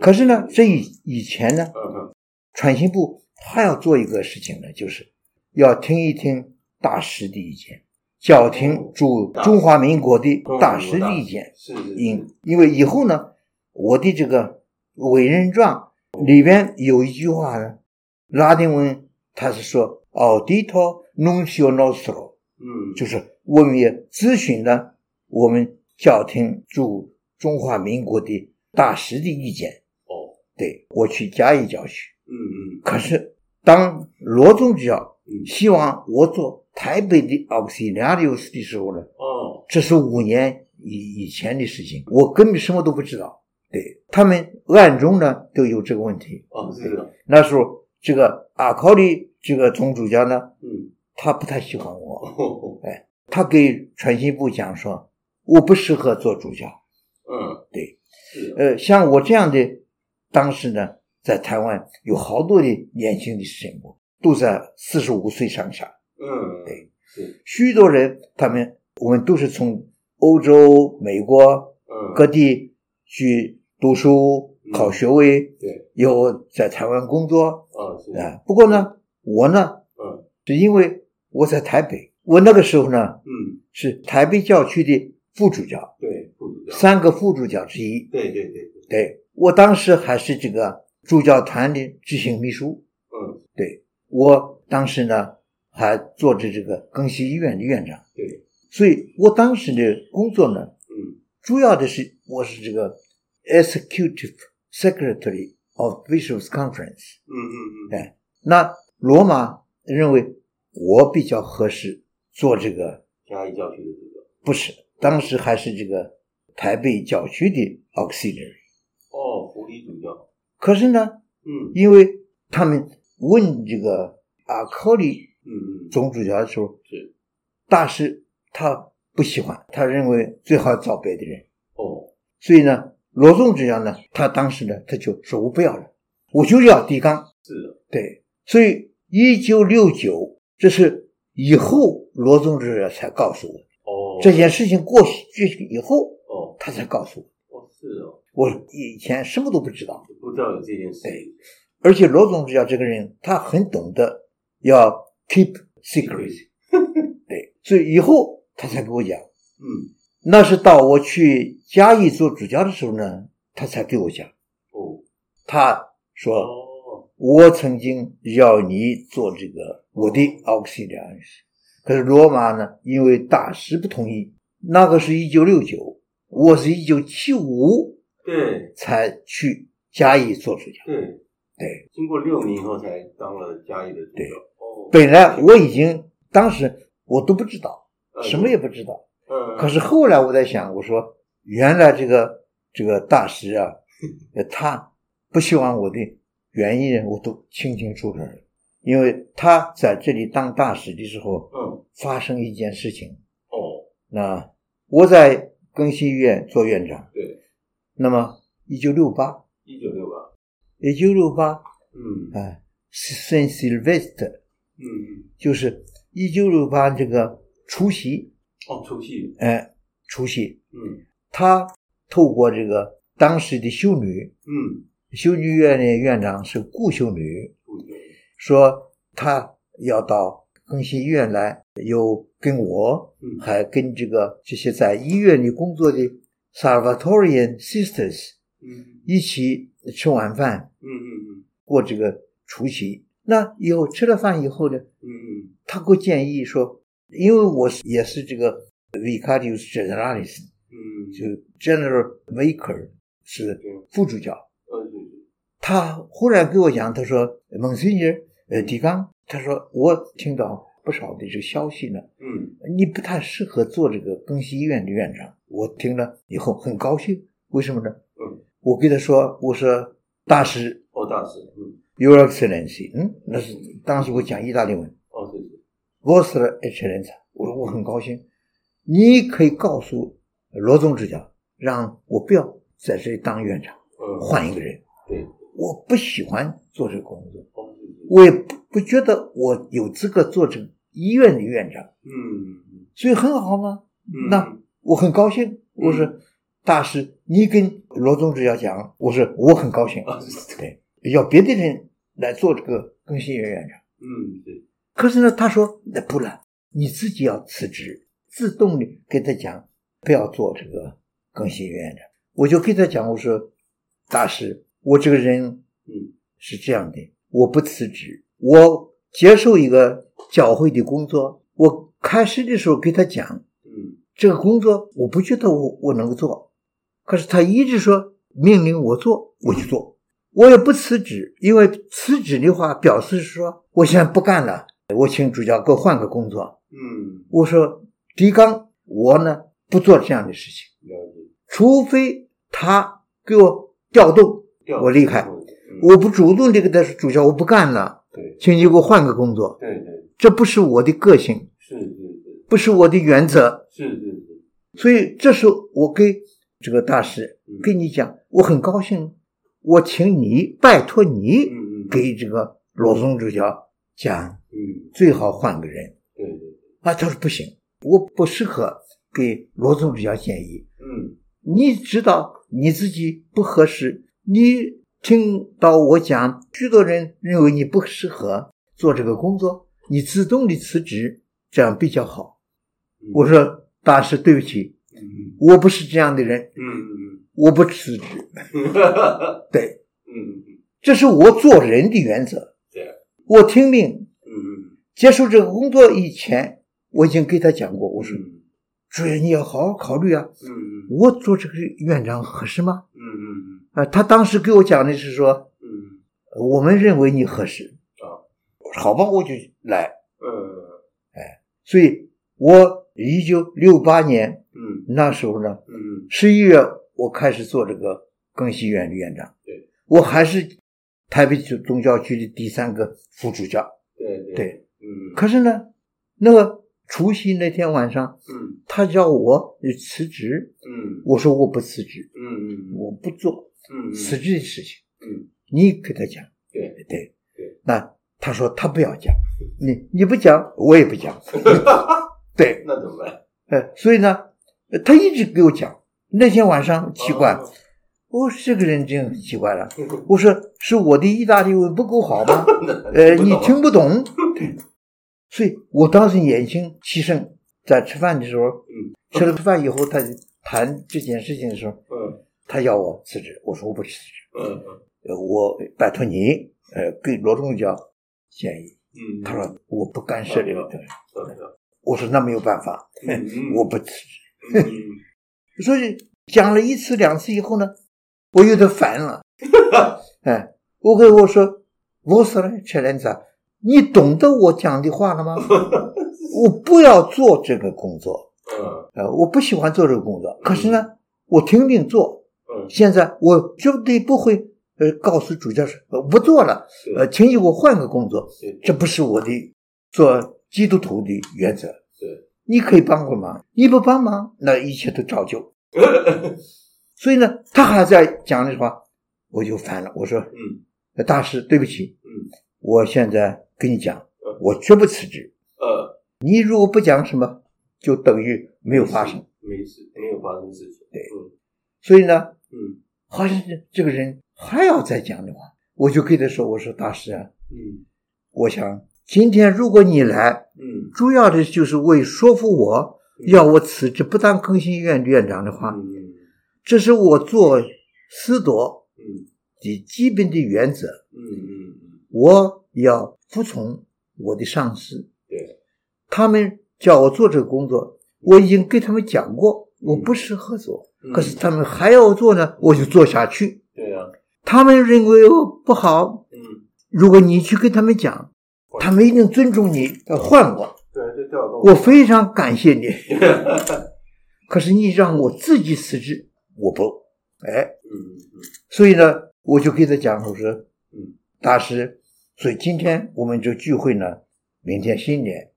Speaker 4: 可是呢，这以以前呢，
Speaker 3: 嗯嗯，
Speaker 4: 传信部他要做一个事情呢，就是要听一听大使的意见，教廷驻
Speaker 3: 大使
Speaker 4: 中华民国的
Speaker 3: 中华民国
Speaker 4: 大使的意见。
Speaker 3: 是是，
Speaker 4: 因因为以后呢，我的这个委任状里边有一句话呢，拉丁文他是说 “audito nuncio nostro”，
Speaker 3: 嗯，
Speaker 4: 就是我们也咨询了我们教廷驻中华民国的大使的意见，
Speaker 3: 哦，
Speaker 4: 对我去加以教训。
Speaker 3: 嗯嗯
Speaker 4: 可是当罗总主教
Speaker 3: 嗯，
Speaker 4: 希望我做台北的 auxiliarius 的时候呢，
Speaker 3: 哦，
Speaker 4: 这是五年以以前的事情，我根本什么都不知道。对他们暗中呢都有这个问题。
Speaker 3: 哦，是的，
Speaker 4: 那时候这个阿考里这个总主教呢，
Speaker 3: 嗯，
Speaker 4: 他不太喜欢我。
Speaker 3: 哦，
Speaker 4: 他给传信部讲说，我不适合做主教。
Speaker 3: 嗯，
Speaker 4: 对，
Speaker 3: 是的，
Speaker 4: 呃，像我这样的，当时呢，在台湾有好多的年轻的神父都在四十五岁上下，
Speaker 3: 嗯，
Speaker 4: 对，
Speaker 3: 是，
Speaker 4: 许多人他们我们都是从欧洲、美国
Speaker 3: 嗯，
Speaker 4: 各地去读书、
Speaker 3: 嗯
Speaker 4: 考学位，
Speaker 3: 对，
Speaker 4: 有在台湾工作
Speaker 3: 啊，是
Speaker 4: 啊、，不过呢，我呢
Speaker 3: 嗯
Speaker 4: 是因为我在台北，我那个时候呢
Speaker 3: 嗯，
Speaker 4: 是台北教区的副主教。
Speaker 3: 对，副主教，
Speaker 4: 三个副主教之一。
Speaker 3: 对对对对，
Speaker 4: 对我当时还是这个主教团的执行秘书，
Speaker 3: 嗯，
Speaker 4: 我当时呢还做着这个更新医院的院长，
Speaker 3: 对，
Speaker 4: 所以我当时的工作呢，
Speaker 3: 嗯
Speaker 4: 主要的是我是这个 executive secretary of bishops conference。
Speaker 3: 嗯嗯嗯，
Speaker 4: 哎，那罗马认为我比较合适做这个，
Speaker 3: 嘉义教区的主教，
Speaker 4: 不是，当时还是这个台北教区的 auxiliary。
Speaker 3: 哦，福利主教，
Speaker 4: 可是呢，
Speaker 3: 嗯
Speaker 4: 因为他们问这个阿科里
Speaker 3: 嗯嗯，
Speaker 4: 总主教的时候，
Speaker 3: 是，
Speaker 4: 大师他不喜欢，他认为最好找别的人，
Speaker 3: 哦，
Speaker 4: 所以呢，罗总主教呢，他当时呢，他就说我不要了，我就要狄刚。
Speaker 3: 是啊的，
Speaker 4: 对，所以一九六九，这是以后罗总主教才告诉我
Speaker 3: 哦，
Speaker 4: 这件事情过去以后，
Speaker 3: 哦，
Speaker 4: 他才告诉我。
Speaker 3: 哦，是哦，
Speaker 4: 我以前什么都不知道，
Speaker 3: 不知道有这件事，
Speaker 4: 而且罗总主教这个人，他很懂得要 keep secret，对，所以以后他才给我讲。
Speaker 3: 嗯，
Speaker 4: 那是到我去嘉义做主教的时候呢，他才给我讲。
Speaker 3: 哦，
Speaker 4: 他说
Speaker 3: 哦，：“
Speaker 4: 我曾经要你做这个我的 auxiliary，可是罗马呢，因为大使不同意。那个是一九六九，我是一九七五
Speaker 3: 对
Speaker 4: 才去嘉义做主教。
Speaker 3: 对，
Speaker 4: 对，
Speaker 3: 经过六年以后才当了嘉义的主教，哦，
Speaker 4: 本来我已经当时我都不知道，
Speaker 3: 呃
Speaker 4: 什么也不知道。
Speaker 3: 嗯，
Speaker 4: 可是后来我在想，我说原来这个这个大师啊，他不希望我的原因我都清清楚楚的，因为他在这里当大使的时候
Speaker 3: 嗯，
Speaker 4: 发生一件事情。
Speaker 3: 哦，
Speaker 4: 那我在庚希医院做院长。
Speaker 3: 对，
Speaker 4: 那么一九六八，
Speaker 3: 一九六八，
Speaker 4: 一九六八，
Speaker 3: 嗯
Speaker 4: 哎，Saint Sylvester
Speaker 3: 嗯，
Speaker 4: 就是一九六八这个除夕，
Speaker 3: 哦，除夕，
Speaker 4: 哎，除夕，
Speaker 3: 嗯
Speaker 4: 他透过这个当时的修女，
Speaker 3: 嗯，
Speaker 4: 修女院的院长是顾修女，
Speaker 3: 不久，
Speaker 4: 说他要到更新医院来，有跟我，
Speaker 3: 嗯
Speaker 4: 还跟这个这些在医院里工作的 Salvatorian Sisters
Speaker 3: 嗯
Speaker 4: 一起吃晚饭，
Speaker 3: 嗯嗯
Speaker 4: 过这个除夕。那以后吃了饭以后呢，
Speaker 3: 嗯嗯
Speaker 4: 他给我建议说，因为我是也是这个 Vicarius Generalis，
Speaker 3: 嗯，
Speaker 4: 就是 General Vicar 是
Speaker 3: 对
Speaker 4: 副主教，
Speaker 3: 二十九，
Speaker 4: 他忽然跟我讲，他说蒙孙尼尔呃狄刚，他说我听到不少的这个消息呢，
Speaker 3: 嗯
Speaker 4: 你不太适合做这个更新医院的院长。我听了以后很高兴，为什么呢？
Speaker 3: 嗯，
Speaker 4: 我跟他说，我说大师
Speaker 3: 哦，大师，嗯，
Speaker 4: ，Your Excellency，嗯，那是当时我讲意大利文
Speaker 3: 哦，谢谢，
Speaker 4: ，Vostra Excellenza，我说我很高兴，你可以告诉罗总主教，让我不要在这里当院长，
Speaker 3: 嗯，
Speaker 4: 换一个人，
Speaker 3: 对，
Speaker 4: 我不喜欢做这个工作。
Speaker 3: 哦，谢谢，
Speaker 4: 我也不不觉得我有资格做这个医院的院长，
Speaker 3: 嗯
Speaker 4: 所以很好嘛。
Speaker 3: 嗯，
Speaker 4: 那我很高兴，我说、大师，你跟罗宗主要讲，我说我很高兴，
Speaker 3: 啊
Speaker 4: 对，要别的人来做这个更新院院长。
Speaker 3: 嗯对，
Speaker 4: 可是呢，他说那不然你自己要辞职，自动的跟他讲不要做这个更新院长。我就跟他讲，我说大师，我这个人
Speaker 3: 嗯
Speaker 4: 是这样的，我不辞职，我接受一个教会的工作。我开始的时候给他讲，
Speaker 3: 嗯
Speaker 4: 这个工作我不觉得我我能够做，可是他一直说命令我做，我就做，我也不辞职，因为辞职的话表示说我现在不干了，我请主教给我换个工作。
Speaker 3: 嗯，
Speaker 4: 我说狄刚，我呢不做这样的事情，
Speaker 3: 了解，
Speaker 4: 除非他给我调动，我离开，我不主动的跟他说主教我不干了，
Speaker 3: 对
Speaker 4: 请你给我换个工作，
Speaker 3: 对对，
Speaker 4: 这不是我的个性，
Speaker 3: 是是是
Speaker 4: 不是我的原则，
Speaker 3: 是是是，
Speaker 4: 所以这时候我给这个大师
Speaker 3: 嗯
Speaker 4: 跟你讲，我很高兴，我请你拜托你
Speaker 3: 嗯嗯，
Speaker 4: 给这个罗宗主教讲，
Speaker 3: 嗯
Speaker 4: 最好换个人
Speaker 3: 对对，
Speaker 4: 啊。他说不行，我不适合给罗宗主教建议。
Speaker 3: 嗯
Speaker 4: 你知道你自己不合适，你听到我讲，许多人认为你不适合做这个工作，你自动的辞职，这样比较好。我说大师，对不起，
Speaker 3: 嗯
Speaker 4: 我不是这样的人，
Speaker 3: 嗯
Speaker 4: 我不辞职。
Speaker 3: 嗯，哈哈哈，
Speaker 4: 对，
Speaker 3: 嗯嗯
Speaker 4: 这是我做人的原则。
Speaker 3: 对
Speaker 4: 我听命，
Speaker 3: 嗯
Speaker 4: 接受这个工作以前，我已经给他讲过，我说
Speaker 3: 嗯
Speaker 4: 主任，你要好好考虑啊，
Speaker 3: 嗯
Speaker 4: 我做这个院长合适吗？
Speaker 3: 嗯嗯
Speaker 4: 啊、他当时给我讲的是说，
Speaker 3: 嗯
Speaker 4: 我们认为你合适
Speaker 3: 啊，
Speaker 4: 好吧，我就来。
Speaker 3: 呃
Speaker 4: 所以，我一九六八年
Speaker 3: 嗯
Speaker 4: 那时候呢，
Speaker 3: 嗯
Speaker 4: 十一月我开始做这个更新院的院长，
Speaker 3: 对，
Speaker 4: 我还是台北宗教区的第三个副主教。
Speaker 3: 对对
Speaker 4: 对，
Speaker 3: 嗯
Speaker 4: 可是呢，那个除夕那天晚上，
Speaker 3: 嗯
Speaker 4: 他叫我辞职，
Speaker 3: 嗯
Speaker 4: 我说我不辞职，
Speaker 3: 嗯
Speaker 4: 我不做
Speaker 3: 嗯
Speaker 4: 辞职的事情。
Speaker 3: 嗯
Speaker 4: 你给他讲，
Speaker 3: 对
Speaker 4: 对
Speaker 3: 对。
Speaker 4: 那他说他不要讲，你你不讲，我也不讲。对，
Speaker 3: 那怎么办？
Speaker 4: 呃，所以呢，呃他一直给我讲。那天晚上奇怪，
Speaker 3: 哦嗯
Speaker 4: 我、说这个人真很奇怪了。我说是我的意大利文不够好吗？呃，
Speaker 3: 那啊
Speaker 4: 你听不 懂。所以我当时年轻气盛，在吃饭的时候，
Speaker 3: 嗯
Speaker 4: 吃了饭以后，他谈这件事情的时候，
Speaker 3: 嗯
Speaker 4: 他要我辞职，我说我不辞职，
Speaker 3: 嗯嗯
Speaker 4: 呃我拜托你，呃，给罗仲教建议。
Speaker 3: 嗯，
Speaker 4: 他说我不干涉这个东西，
Speaker 3: 嗯嗯
Speaker 4: 我说那没有办法，
Speaker 3: 嗯
Speaker 4: 我不辞职。
Speaker 3: 嗯
Speaker 4: 所以讲了一次两次以后呢，我有点烦了，哎，我跟我说，我说呢，切莲子，你懂得我讲的话了吗？我不要做这个工作，
Speaker 3: 嗯
Speaker 4: 呃，我不喜欢做这个工作，可是呢，我听命做。
Speaker 3: 嗯
Speaker 4: 现在我绝对不会呃告诉主教说呃不做了，
Speaker 3: 对
Speaker 4: 呃，请你给我换个工作，
Speaker 3: 对
Speaker 4: 这不是我的做基督徒的原则。
Speaker 3: 对，
Speaker 4: 你可以帮个忙，你不帮忙，那一切都照旧。所以呢，他还在讲的话，我就烦了。我说
Speaker 3: 嗯：“
Speaker 4: 大师，对不起，
Speaker 3: 嗯
Speaker 4: 我现在跟你讲
Speaker 3: 嗯，
Speaker 4: 我绝不辞职。
Speaker 3: 呃，
Speaker 4: 你如果不讲什么，就等于没有发生。
Speaker 3: 没事，没有发生事情。
Speaker 4: 对
Speaker 3: 嗯
Speaker 4: 所以呢，
Speaker 3: 嗯
Speaker 4: 好像是这个人还要再讲的话，我就跟他说：‘我说大师啊，
Speaker 3: 嗯
Speaker 4: 我想今天如果你来，
Speaker 3: 嗯
Speaker 4: 主要的就是为说服我
Speaker 3: 嗯
Speaker 4: 要我辞职不当更新院院长的话，
Speaker 3: 嗯
Speaker 4: 这是我做司铎
Speaker 3: 嗯
Speaker 4: 的基本的原则。’
Speaker 3: 嗯嗯
Speaker 4: 我要服从我的上司。
Speaker 3: 对，
Speaker 4: 他们叫我做这个工作，我已经跟他们讲过，我不适合做，
Speaker 3: 嗯，
Speaker 4: 可是他们还要我做呢，我就做下去。
Speaker 3: 对啊，
Speaker 4: 他们认为我不好，
Speaker 3: 嗯，
Speaker 4: 如果你去跟他们讲，他们一定尊重你，要换我，
Speaker 3: 对啊，这调动
Speaker 4: 我非常感谢你。 可是你让我自己辞职，我不，哎，
Speaker 3: 嗯嗯
Speaker 4: 所以呢，我就跟他讲，我说，
Speaker 3: 嗯，
Speaker 4: 大师，所以今天我们这聚会呢，明天新年，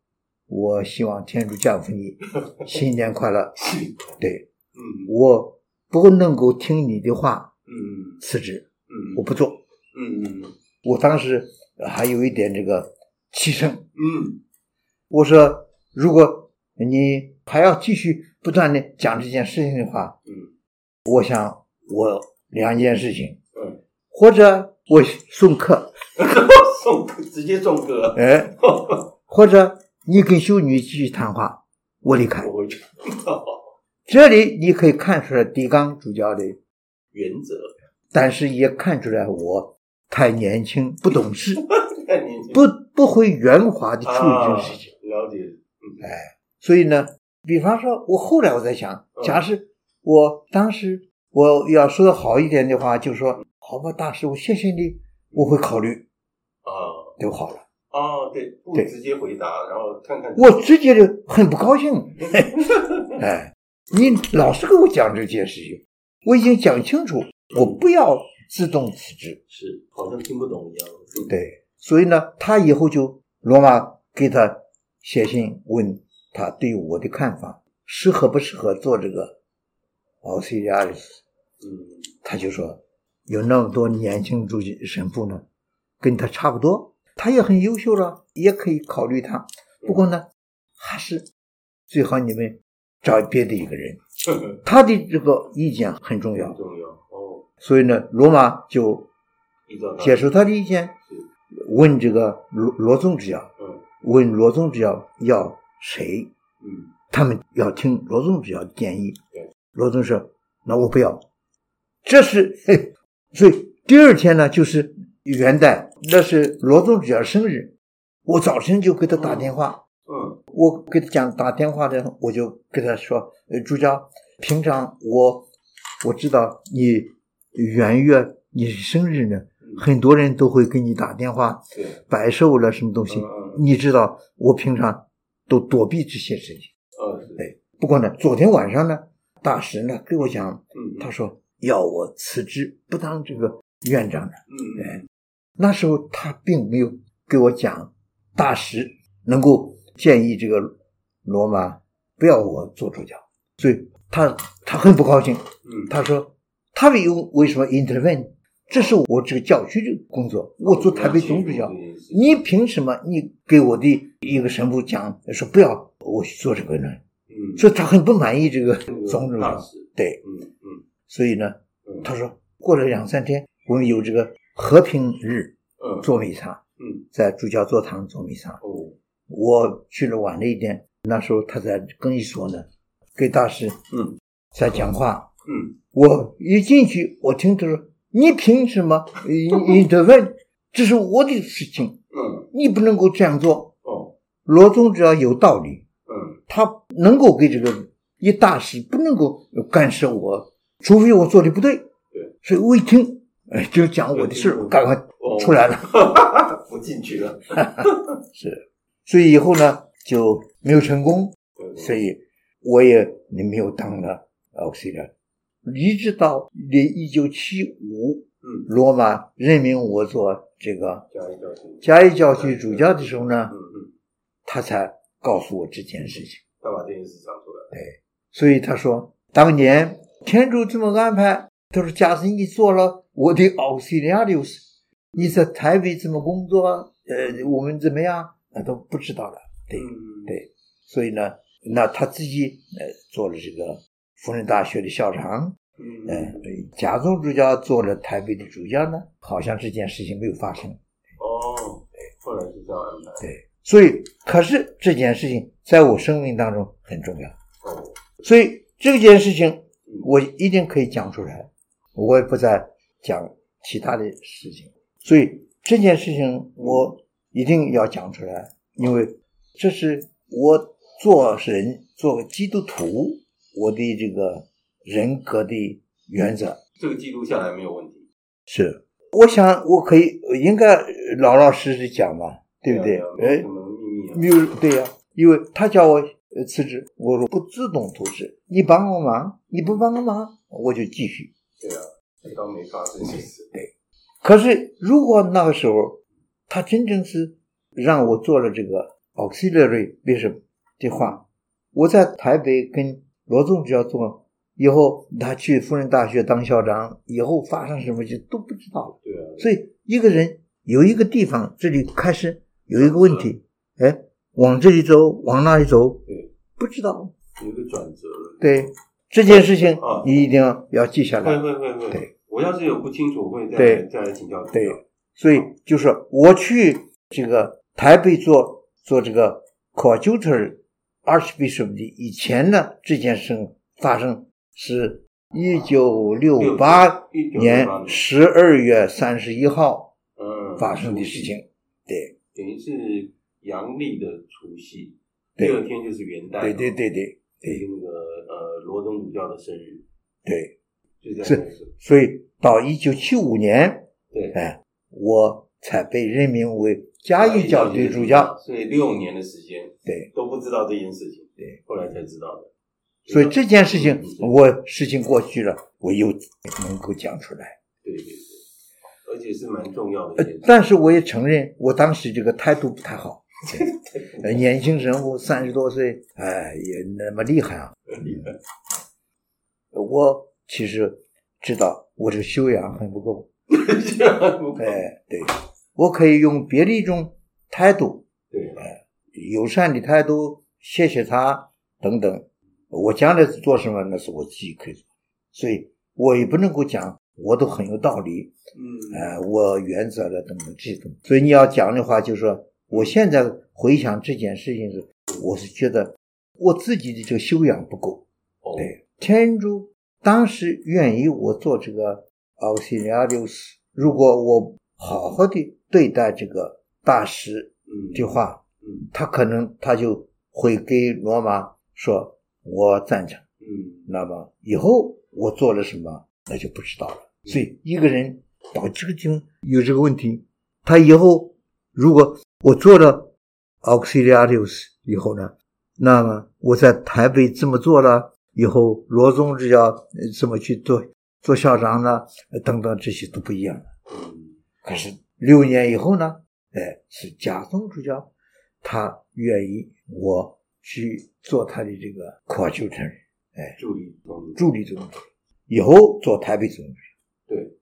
Speaker 4: 我希望天主降福你， 新年快乐。对
Speaker 3: 嗯
Speaker 4: 我不能够听你的话
Speaker 3: 嗯
Speaker 4: 辞职，
Speaker 3: 嗯
Speaker 4: 我不做。
Speaker 3: 嗯嗯嗯
Speaker 4: 我当时还有一点这个气盛，
Speaker 3: 嗯
Speaker 4: 我说，如果你还要继续不断的讲这件事情的话，
Speaker 3: 嗯
Speaker 4: 我想我两件事情，
Speaker 3: 嗯，
Speaker 4: 或者我送客，
Speaker 3: 送客直接送客，
Speaker 4: 哎。 或者你跟修女继续谈话，我离开
Speaker 3: 我。回去。
Speaker 4: 这里你可以看出来狄刚主教的，
Speaker 3: 原则，
Speaker 4: 但是也看出来我太年轻不懂事，
Speaker 3: 看你
Speaker 4: 不不会圆滑的处理这
Speaker 3: 啊
Speaker 4: 个事情。，
Speaker 3: 了解，
Speaker 4: 所以呢，比方说，我后来我在想
Speaker 3: 嗯，
Speaker 4: 假设我当时我要说的好一点的话，就说好吧，大师，我谢谢你，我会考虑
Speaker 3: 啊
Speaker 4: 就好了。
Speaker 3: 啊，对，不
Speaker 4: 对
Speaker 3: 直接回答，然后看看
Speaker 4: 我直接就很不高兴，哎，你老是跟我讲这件事情，我已经讲清楚，我不要自动辞职。
Speaker 3: 是好像听不懂一样，嗯，
Speaker 4: 对，所以呢，他以后就罗马给他写信问他对我的看法，适合不适合做这个奥西里亚里斯，
Speaker 3: 嗯
Speaker 4: 他就说有那么多年轻主神父呢，跟他差不多，他也很优秀了，也可以考虑他。不过呢，还是最好你们找别的一个人，
Speaker 3: 呵呵
Speaker 4: 他的这个意见很重
Speaker 3: 很
Speaker 4: 要。
Speaker 3: 重要哦，
Speaker 4: 所以呢，罗马就
Speaker 3: 依照他
Speaker 4: 接受他的意见，问这个罗罗宗主教，
Speaker 3: 嗯
Speaker 4: 问罗宗主教要谁，
Speaker 3: 嗯
Speaker 4: 他们要听罗宗主教的建议
Speaker 3: 对。
Speaker 4: 罗宗说：“那我不要。”这是，嘿所以第二天呢，就是元旦，那是罗宗主教生日，我早晨就给他打电话。
Speaker 3: 嗯
Speaker 4: 我给他讲打电话的，我就跟他说：“呃，朱家，平常我我知道你元月你生日呢，
Speaker 3: 嗯
Speaker 4: 很多人都会给你打电话
Speaker 3: 对，
Speaker 4: 摆寿了什么东西
Speaker 3: 嗯嗯。嗯
Speaker 4: 你知道我平常都躲避这些事情。
Speaker 3: 呃是，
Speaker 4: 对不过呢，昨天晚上呢，大使呢跟我讲，
Speaker 3: 嗯
Speaker 4: 他说要我辞职，不当这个院长了。
Speaker 3: 嗯嗯
Speaker 4: 那时候他并没有给我讲，大使能够建议这个罗马不要我做主教，所以他他很不高兴。
Speaker 3: 嗯
Speaker 4: 他说，他为为什么 intervene？这是我这个教区的工作，我做台北总主教，你凭什么你给我的一个神父讲说不要我去做这个呢？
Speaker 3: 嗯
Speaker 4: 所以他很不满意这个总主
Speaker 3: 大
Speaker 4: 教。
Speaker 3: 事，
Speaker 4: 对，
Speaker 3: 嗯嗯
Speaker 4: 所以呢，
Speaker 3: 嗯，
Speaker 4: 他说过了两三天，我们有这个和平日
Speaker 3: 嗯
Speaker 4: 做弥撒。
Speaker 3: 嗯
Speaker 4: 在主教座堂做弥撒。
Speaker 3: 哦
Speaker 4: 我去了晚了一点，那时候他在更衣所呢，给大师
Speaker 3: 嗯
Speaker 4: 在讲话。
Speaker 3: 嗯
Speaker 4: 我一进去，我听他说：“你凭什么？你你得问，这是我的事情，
Speaker 3: 嗯
Speaker 4: 你不能够这样做。
Speaker 3: 哦”
Speaker 4: 罗宗只要有道理，
Speaker 3: 嗯
Speaker 4: 他能够给这个一大师不能够干涉我，除非我做的不对。
Speaker 3: 对，
Speaker 4: 所以我一听，哎，就讲我的事儿，我赶快
Speaker 3: 哦
Speaker 4: 出来了。
Speaker 3: 不进去了，
Speaker 4: 是，所以以后呢就没有成功，所以我也没有当了奥西里亚，一直到年一九七五
Speaker 3: 嗯
Speaker 4: 罗马任命我做这个
Speaker 3: 加一教训，
Speaker 4: 嘉义教区主教的时候呢
Speaker 3: 嗯，嗯，
Speaker 4: 他才告诉我这件事情。
Speaker 3: 他把这件事讲出来，
Speaker 4: 所以他说，当年天主这么安排，他说：“假设你做了我的 auxiliarius，你在台北怎么工作？呃，我们怎么样？那都不知道了。对
Speaker 3: 嗯
Speaker 4: 对，所以呢，那他自己呃做了这个辅仁大学的校长，
Speaker 3: 嗯
Speaker 4: 呃，假宗主教做了台北的主教呢，好像这件事情没有发生。
Speaker 3: 哦，后来是这样安排。
Speaker 4: 对，所以可是这件事情在我生命当中很重要，
Speaker 3: 哦，
Speaker 4: 所以这件事情我一定可以讲出来，我也不再讲其他的事情。所以这件事情我一定要讲出来，因为这是我做人做个基督徒我的这个人格的原则。
Speaker 3: 这个记录下来没有问题，
Speaker 4: 是，我想我可以应该老老实实讲嘛，对不对？
Speaker 3: 哎，
Speaker 4: 哎
Speaker 3: 什，么秘密啊？
Speaker 4: 没有对呀、因为他叫我呃辞职，我说不自动辞职，你帮我忙，你不帮我忙，我就继续。
Speaker 3: 对啊，就当没发
Speaker 4: 嗯
Speaker 3: 生其实。
Speaker 4: 可是如果那个时候他真正是让我做了这个 auxiliary bishop 的话，我在台北跟罗总只要做，以后他去辅仁大学当校长，以后发生什么就都不知道了。
Speaker 3: 对啊，
Speaker 4: 所以一个人有一个地方，这里开始有一个问题，哎，往这里走，往那里走
Speaker 3: 对，
Speaker 4: 不知道。
Speaker 3: 有一个转折了。
Speaker 4: 对这件事情
Speaker 3: 啊，
Speaker 4: 你一定要要记下
Speaker 3: 会
Speaker 4: 来。
Speaker 3: 会会会
Speaker 4: 对，
Speaker 3: 我要是有不清楚，我会再
Speaker 4: 对
Speaker 3: 再来请教。
Speaker 4: 对，所以就是我去这个台北做做这个 coadjutor archbishop 的以前呢，这件事情发生是一九啊六八
Speaker 3: 1968
Speaker 4: 年十二月三十一号
Speaker 3: 嗯，
Speaker 4: 发生的事情。对
Speaker 3: 等于是阳历的除夕，第
Speaker 4: 对
Speaker 3: 二天就是元旦。
Speaker 4: 对对对对
Speaker 3: 就是那个呃罗东主教的生日，
Speaker 4: 对，
Speaker 3: 就在
Speaker 4: 是
Speaker 3: 那个时候
Speaker 4: 所以到一九七五年，
Speaker 3: 对，
Speaker 4: 哎，我才被任命为嘉义教区主教。
Speaker 3: 所以六年的时间
Speaker 4: 对。
Speaker 3: 都不知道这件事情，
Speaker 4: 对，
Speaker 3: 后来才知道的。
Speaker 4: 所以这件事情
Speaker 3: 嗯，
Speaker 4: 我事情过去了，我又能够讲出来。呃
Speaker 3: 对对对，而且是蛮重要的一件事。
Speaker 4: 但是我也承认，我当时这个态度不太 好。呃年轻人物三十多岁，哎，也那么厉害啊！我其实知道我这修养很不够， 哎，对，我可以用别的一种态度，
Speaker 3: 对啊，
Speaker 4: 友善的态度，谢谢他等等。我将来做什么，那是我自己可以做，所以我也不能够讲我都很有道理，
Speaker 3: 嗯，
Speaker 4: 呃，我原则了等等这些东西。所以你要讲的话，就是说，我现在回想这件事情是，我是觉得我自己的这个修养不够。
Speaker 3: 哦，
Speaker 4: 对，天主当时愿意我做这个 auxiliarius，如果我好好的对待这个大使
Speaker 3: 嗯，
Speaker 4: 的话，
Speaker 3: 嗯
Speaker 4: 他可能他就会给罗马说，我赞成。
Speaker 3: 嗯，
Speaker 4: 那么以后我做了什么，那就不知道了。所以一个人到这个地方有这个问题，他以后如果我做了 auxiliarius 以后呢，那么我在台北这么做了以后，罗宗志要呃怎么去做做校长呢？呃等等这些都不一样了。
Speaker 3: 嗯
Speaker 4: 可是六年以后呢，哎，是贾宗主教，他愿意我去做他的这个 coadjutor。
Speaker 3: 助理嗯同
Speaker 4: 助理总主任，以后做台北总主任。
Speaker 3: 对，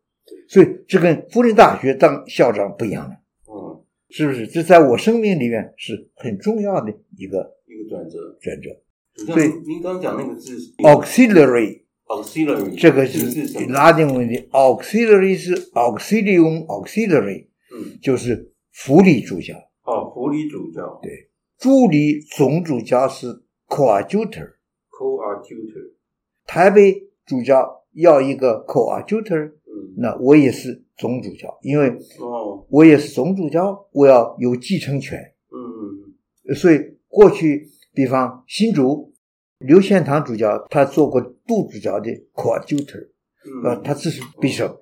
Speaker 4: 所以这跟辅仁大学当校长不一样了，
Speaker 3: 嗯，
Speaker 4: 是不是？这在我生命里面是很重要的一个
Speaker 3: 一个转折。
Speaker 4: 转折。
Speaker 3: 你像
Speaker 4: 对
Speaker 3: 您刚刚讲那个字是
Speaker 4: auxiliary
Speaker 3: auxiliary，
Speaker 4: 这个
Speaker 3: 是什
Speaker 4: 是
Speaker 3: 么？
Speaker 4: 拉丁文的 auxiliary 是 auxilium auxiliary，
Speaker 3: 嗯，
Speaker 4: 就是辅理主教，
Speaker 3: 哦，福利主教，
Speaker 4: 对助理总主教是 coadjutor，
Speaker 3: ，co-artutor，
Speaker 4: 台北主教要一个 coadjutor，
Speaker 3: 嗯，
Speaker 4: 那我也是总主教，因为
Speaker 3: 哦，
Speaker 4: 我也是总主教，我要有继承权。
Speaker 3: 嗯，
Speaker 4: 所以过去，比方新竹刘献堂主教，他做过杜主教的 coadjutor，
Speaker 3: 嗯，
Speaker 4: 呃，他只是 bishop，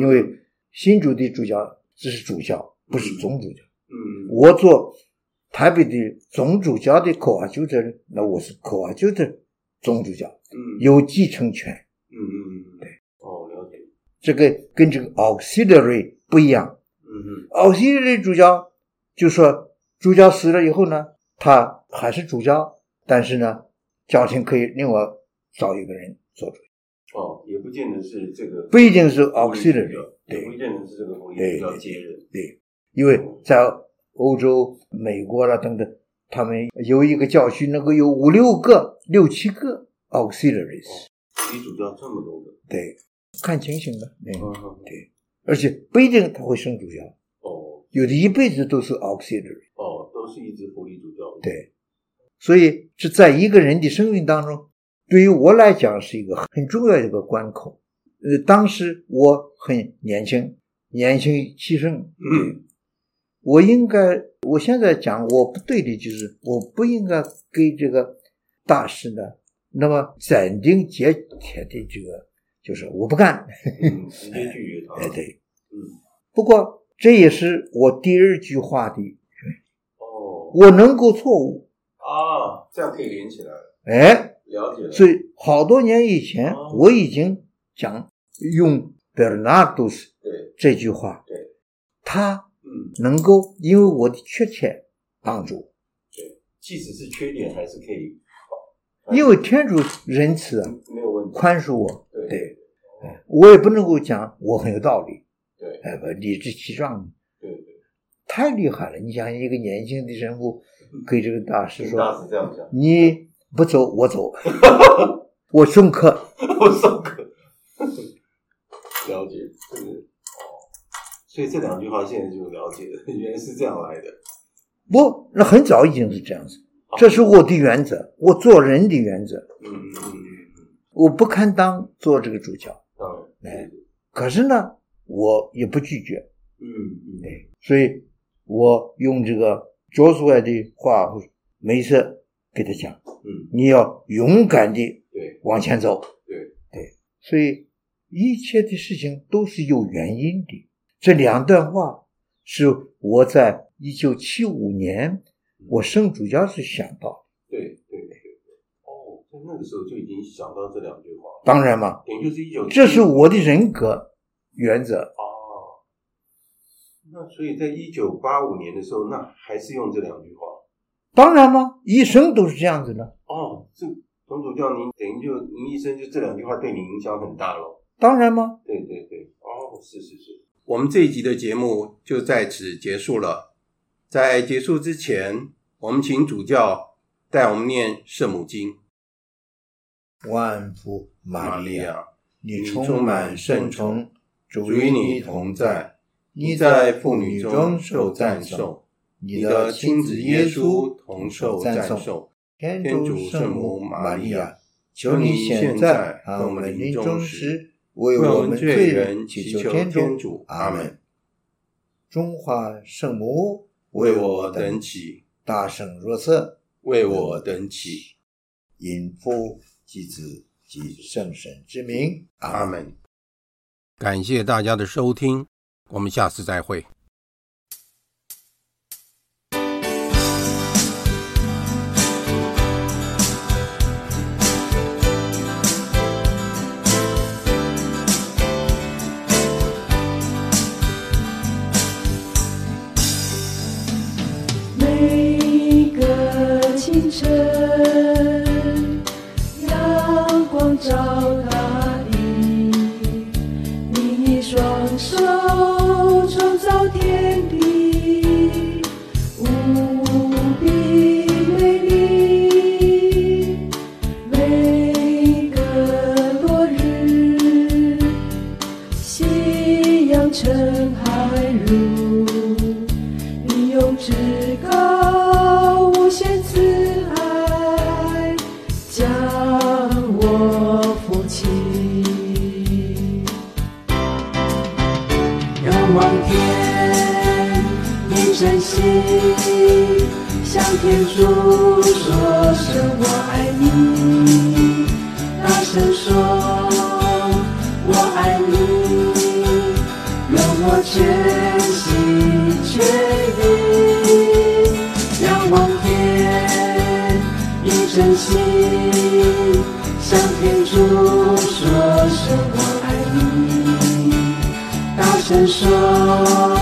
Speaker 4: 因为新竹的主教只是主教，不是总主教。
Speaker 3: 嗯，
Speaker 4: 我做台北的总主教的 coadjutor，那我是 coadjutor 总主教，
Speaker 3: 嗯，
Speaker 4: 有继承权。
Speaker 3: 嗯嗯嗯，对，哦，了解，
Speaker 4: 这个跟这个 auxiliary 不一样。
Speaker 3: 嗯嗯，
Speaker 4: 奥西里主教就说，主教死了以后呢，他还是主教，但是呢，教廷可以另外找一个人做主。
Speaker 3: 哦，也不见得是这个，
Speaker 4: 不一定是 auxiliary，
Speaker 3: 也不
Speaker 4: 对
Speaker 3: 见得是这个红
Speaker 4: 对
Speaker 3: 叶比较接人，
Speaker 4: 对，因为在欧洲、美国啦等等，他们有一个教区能够有五六个、六七个 auxiliaries，
Speaker 3: 女主教这么多的，
Speaker 4: 对，看情形的，对，
Speaker 3: 嗯，
Speaker 4: 而且不一定他会升主教，
Speaker 3: 哦
Speaker 4: 有的一辈子都是 auxiliary，
Speaker 3: 哦，都是一支福利主教，，
Speaker 4: 对，所以这在一个人的生命当中，对于我来讲是一个很重要的一个关口。呃，当时我很年轻，年轻气盛，
Speaker 3: 嗯，
Speaker 4: 我应该，我现在讲我不对的就是，我不应该给这个大师呢，那么斩钉截铁的这个，就是我不干。
Speaker 3: 嗯，直接拒绝他，
Speaker 4: 哎，，对，
Speaker 3: 嗯，
Speaker 4: 不过这也是我第二句话的，
Speaker 3: 哦
Speaker 4: 我能够错误，
Speaker 3: 啊，这样可以连起来，
Speaker 4: 哎，
Speaker 3: 了解了，
Speaker 4: 所以好多年以前
Speaker 3: 哦
Speaker 4: 我已经讲用 Bernardus
Speaker 3: 对，
Speaker 4: 这句话，
Speaker 3: 对，
Speaker 4: 他
Speaker 3: 嗯，
Speaker 4: 能够因为我的缺陷帮助我。
Speaker 3: 即使是缺点还是可以，嗯
Speaker 4: 因为天主仁慈啊，
Speaker 3: 没有问题，
Speaker 4: 宽恕我，
Speaker 3: 对
Speaker 4: 对，哎我也不能够讲我很有道理，
Speaker 3: 对
Speaker 4: 哎，不理直气壮，
Speaker 3: 对对，
Speaker 4: 太厉害了！你想一个年轻的人物给这个大师
Speaker 3: 听嗯大
Speaker 4: 说
Speaker 3: 使这样讲：“，
Speaker 4: 你不走，我走，我送客。
Speaker 3: 我上课， 了解，这个哦，所以这两句话现在就了解了，原来是这样来的，”
Speaker 4: 不，那很早已经是这样子，这是我的原则，我做人的原则，
Speaker 3: 嗯嗯嗯嗯嗯，
Speaker 4: 我不堪当做这个主教，
Speaker 3: 当然，
Speaker 4: 哎，可是呢，我也不拒绝，
Speaker 3: 嗯嗯，对，
Speaker 4: 所以我用这个卓出来的话，梅瑟给他讲，
Speaker 3: 嗯
Speaker 4: 你要勇敢的
Speaker 3: 对
Speaker 4: 往前走。
Speaker 3: 对
Speaker 4: 对，所以一切的事情都是有原因的。这两段话是我在一九七五年我升主教时想到，
Speaker 3: 对对对对，哦，在那个时候就已经想到这两句话了，
Speaker 4: 当然嘛，
Speaker 3: 等于就是一九，
Speaker 4: 这是我的人格原则。
Speaker 3: 哦，那所以在一九八五年的时候，那还是用这两句话。
Speaker 4: 当然嘛，一生都是这样子的。
Speaker 3: 哦，这总主教您等于就您一生就这两句话对你影响很大咯。
Speaker 4: 当然嘛，
Speaker 3: 对对对，哦，是是是，
Speaker 6: 我们这一集的节目就在此结束了。在结束之前，我们请主教带我们念圣母经。
Speaker 4: 万福玛利亚，
Speaker 6: 亚，
Speaker 4: 你
Speaker 6: 你
Speaker 4: 充
Speaker 6: 充
Speaker 4: 满
Speaker 6: 满
Speaker 4: 圣
Speaker 6: 圣
Speaker 4: 宠
Speaker 6: 宠，
Speaker 4: 主
Speaker 6: 主
Speaker 4: 与
Speaker 6: 与
Speaker 4: 你
Speaker 6: 你
Speaker 4: 同
Speaker 6: 同
Speaker 4: 在
Speaker 6: 在，，
Speaker 4: 你
Speaker 6: 你
Speaker 4: 在
Speaker 6: 在
Speaker 4: 妇
Speaker 6: 妇
Speaker 4: 女
Speaker 6: 女
Speaker 4: 中
Speaker 6: 中
Speaker 4: 受
Speaker 6: 受
Speaker 4: 赞
Speaker 6: 赞
Speaker 4: 颂
Speaker 6: 颂，
Speaker 4: 你
Speaker 6: 你
Speaker 4: 的
Speaker 6: 的
Speaker 4: 亲
Speaker 6: 亲
Speaker 4: 子
Speaker 6: 子
Speaker 4: 耶
Speaker 6: 耶
Speaker 4: 稣
Speaker 6: 稣
Speaker 4: 同
Speaker 6: 同
Speaker 4: 受
Speaker 6: 受
Speaker 4: 赞
Speaker 6: 赞
Speaker 4: 颂
Speaker 6: 颂。
Speaker 4: 天
Speaker 6: 天
Speaker 4: 主
Speaker 6: 主
Speaker 4: 圣
Speaker 6: 圣母
Speaker 4: 母玛
Speaker 6: 玛
Speaker 4: 利
Speaker 6: 利
Speaker 4: 亚
Speaker 6: 亚，
Speaker 4: 求
Speaker 6: 求
Speaker 4: 你
Speaker 6: 你
Speaker 4: 现
Speaker 6: 现
Speaker 4: 在
Speaker 6: 在
Speaker 4: 和
Speaker 6: 和
Speaker 4: 我
Speaker 6: 我
Speaker 4: 们
Speaker 6: 们
Speaker 4: 临
Speaker 6: 临
Speaker 4: 终
Speaker 6: 终
Speaker 4: 时
Speaker 6: 时，
Speaker 4: 为
Speaker 6: 为
Speaker 4: 我
Speaker 6: 我
Speaker 4: 们
Speaker 6: 们
Speaker 4: 罪
Speaker 6: 罪
Speaker 4: 人
Speaker 6: 人
Speaker 4: 祈
Speaker 6: 祈
Speaker 4: 求
Speaker 6: 求
Speaker 4: 天
Speaker 6: 天
Speaker 4: 主
Speaker 6: 主。
Speaker 4: 阿
Speaker 6: 阿
Speaker 4: 门
Speaker 6: 门。
Speaker 4: 中华圣母
Speaker 6: 为我等起，
Speaker 4: 大圣若瑟，
Speaker 6: 为我等起。
Speaker 4: 因父及子及圣神之名，
Speaker 6: 阿。门。感谢大家的收听，我们下次再会。
Speaker 7: 每个清晨，阳光照大地，你双手创造天地，无比美丽。每个落日，夕阳沉海入。你用至高无限慈爱将我扶起。仰望天，你真心向天主说声我爱你，大声说我爱你。用我全心全意仰望天，以真心向天主说声我爱你，大声说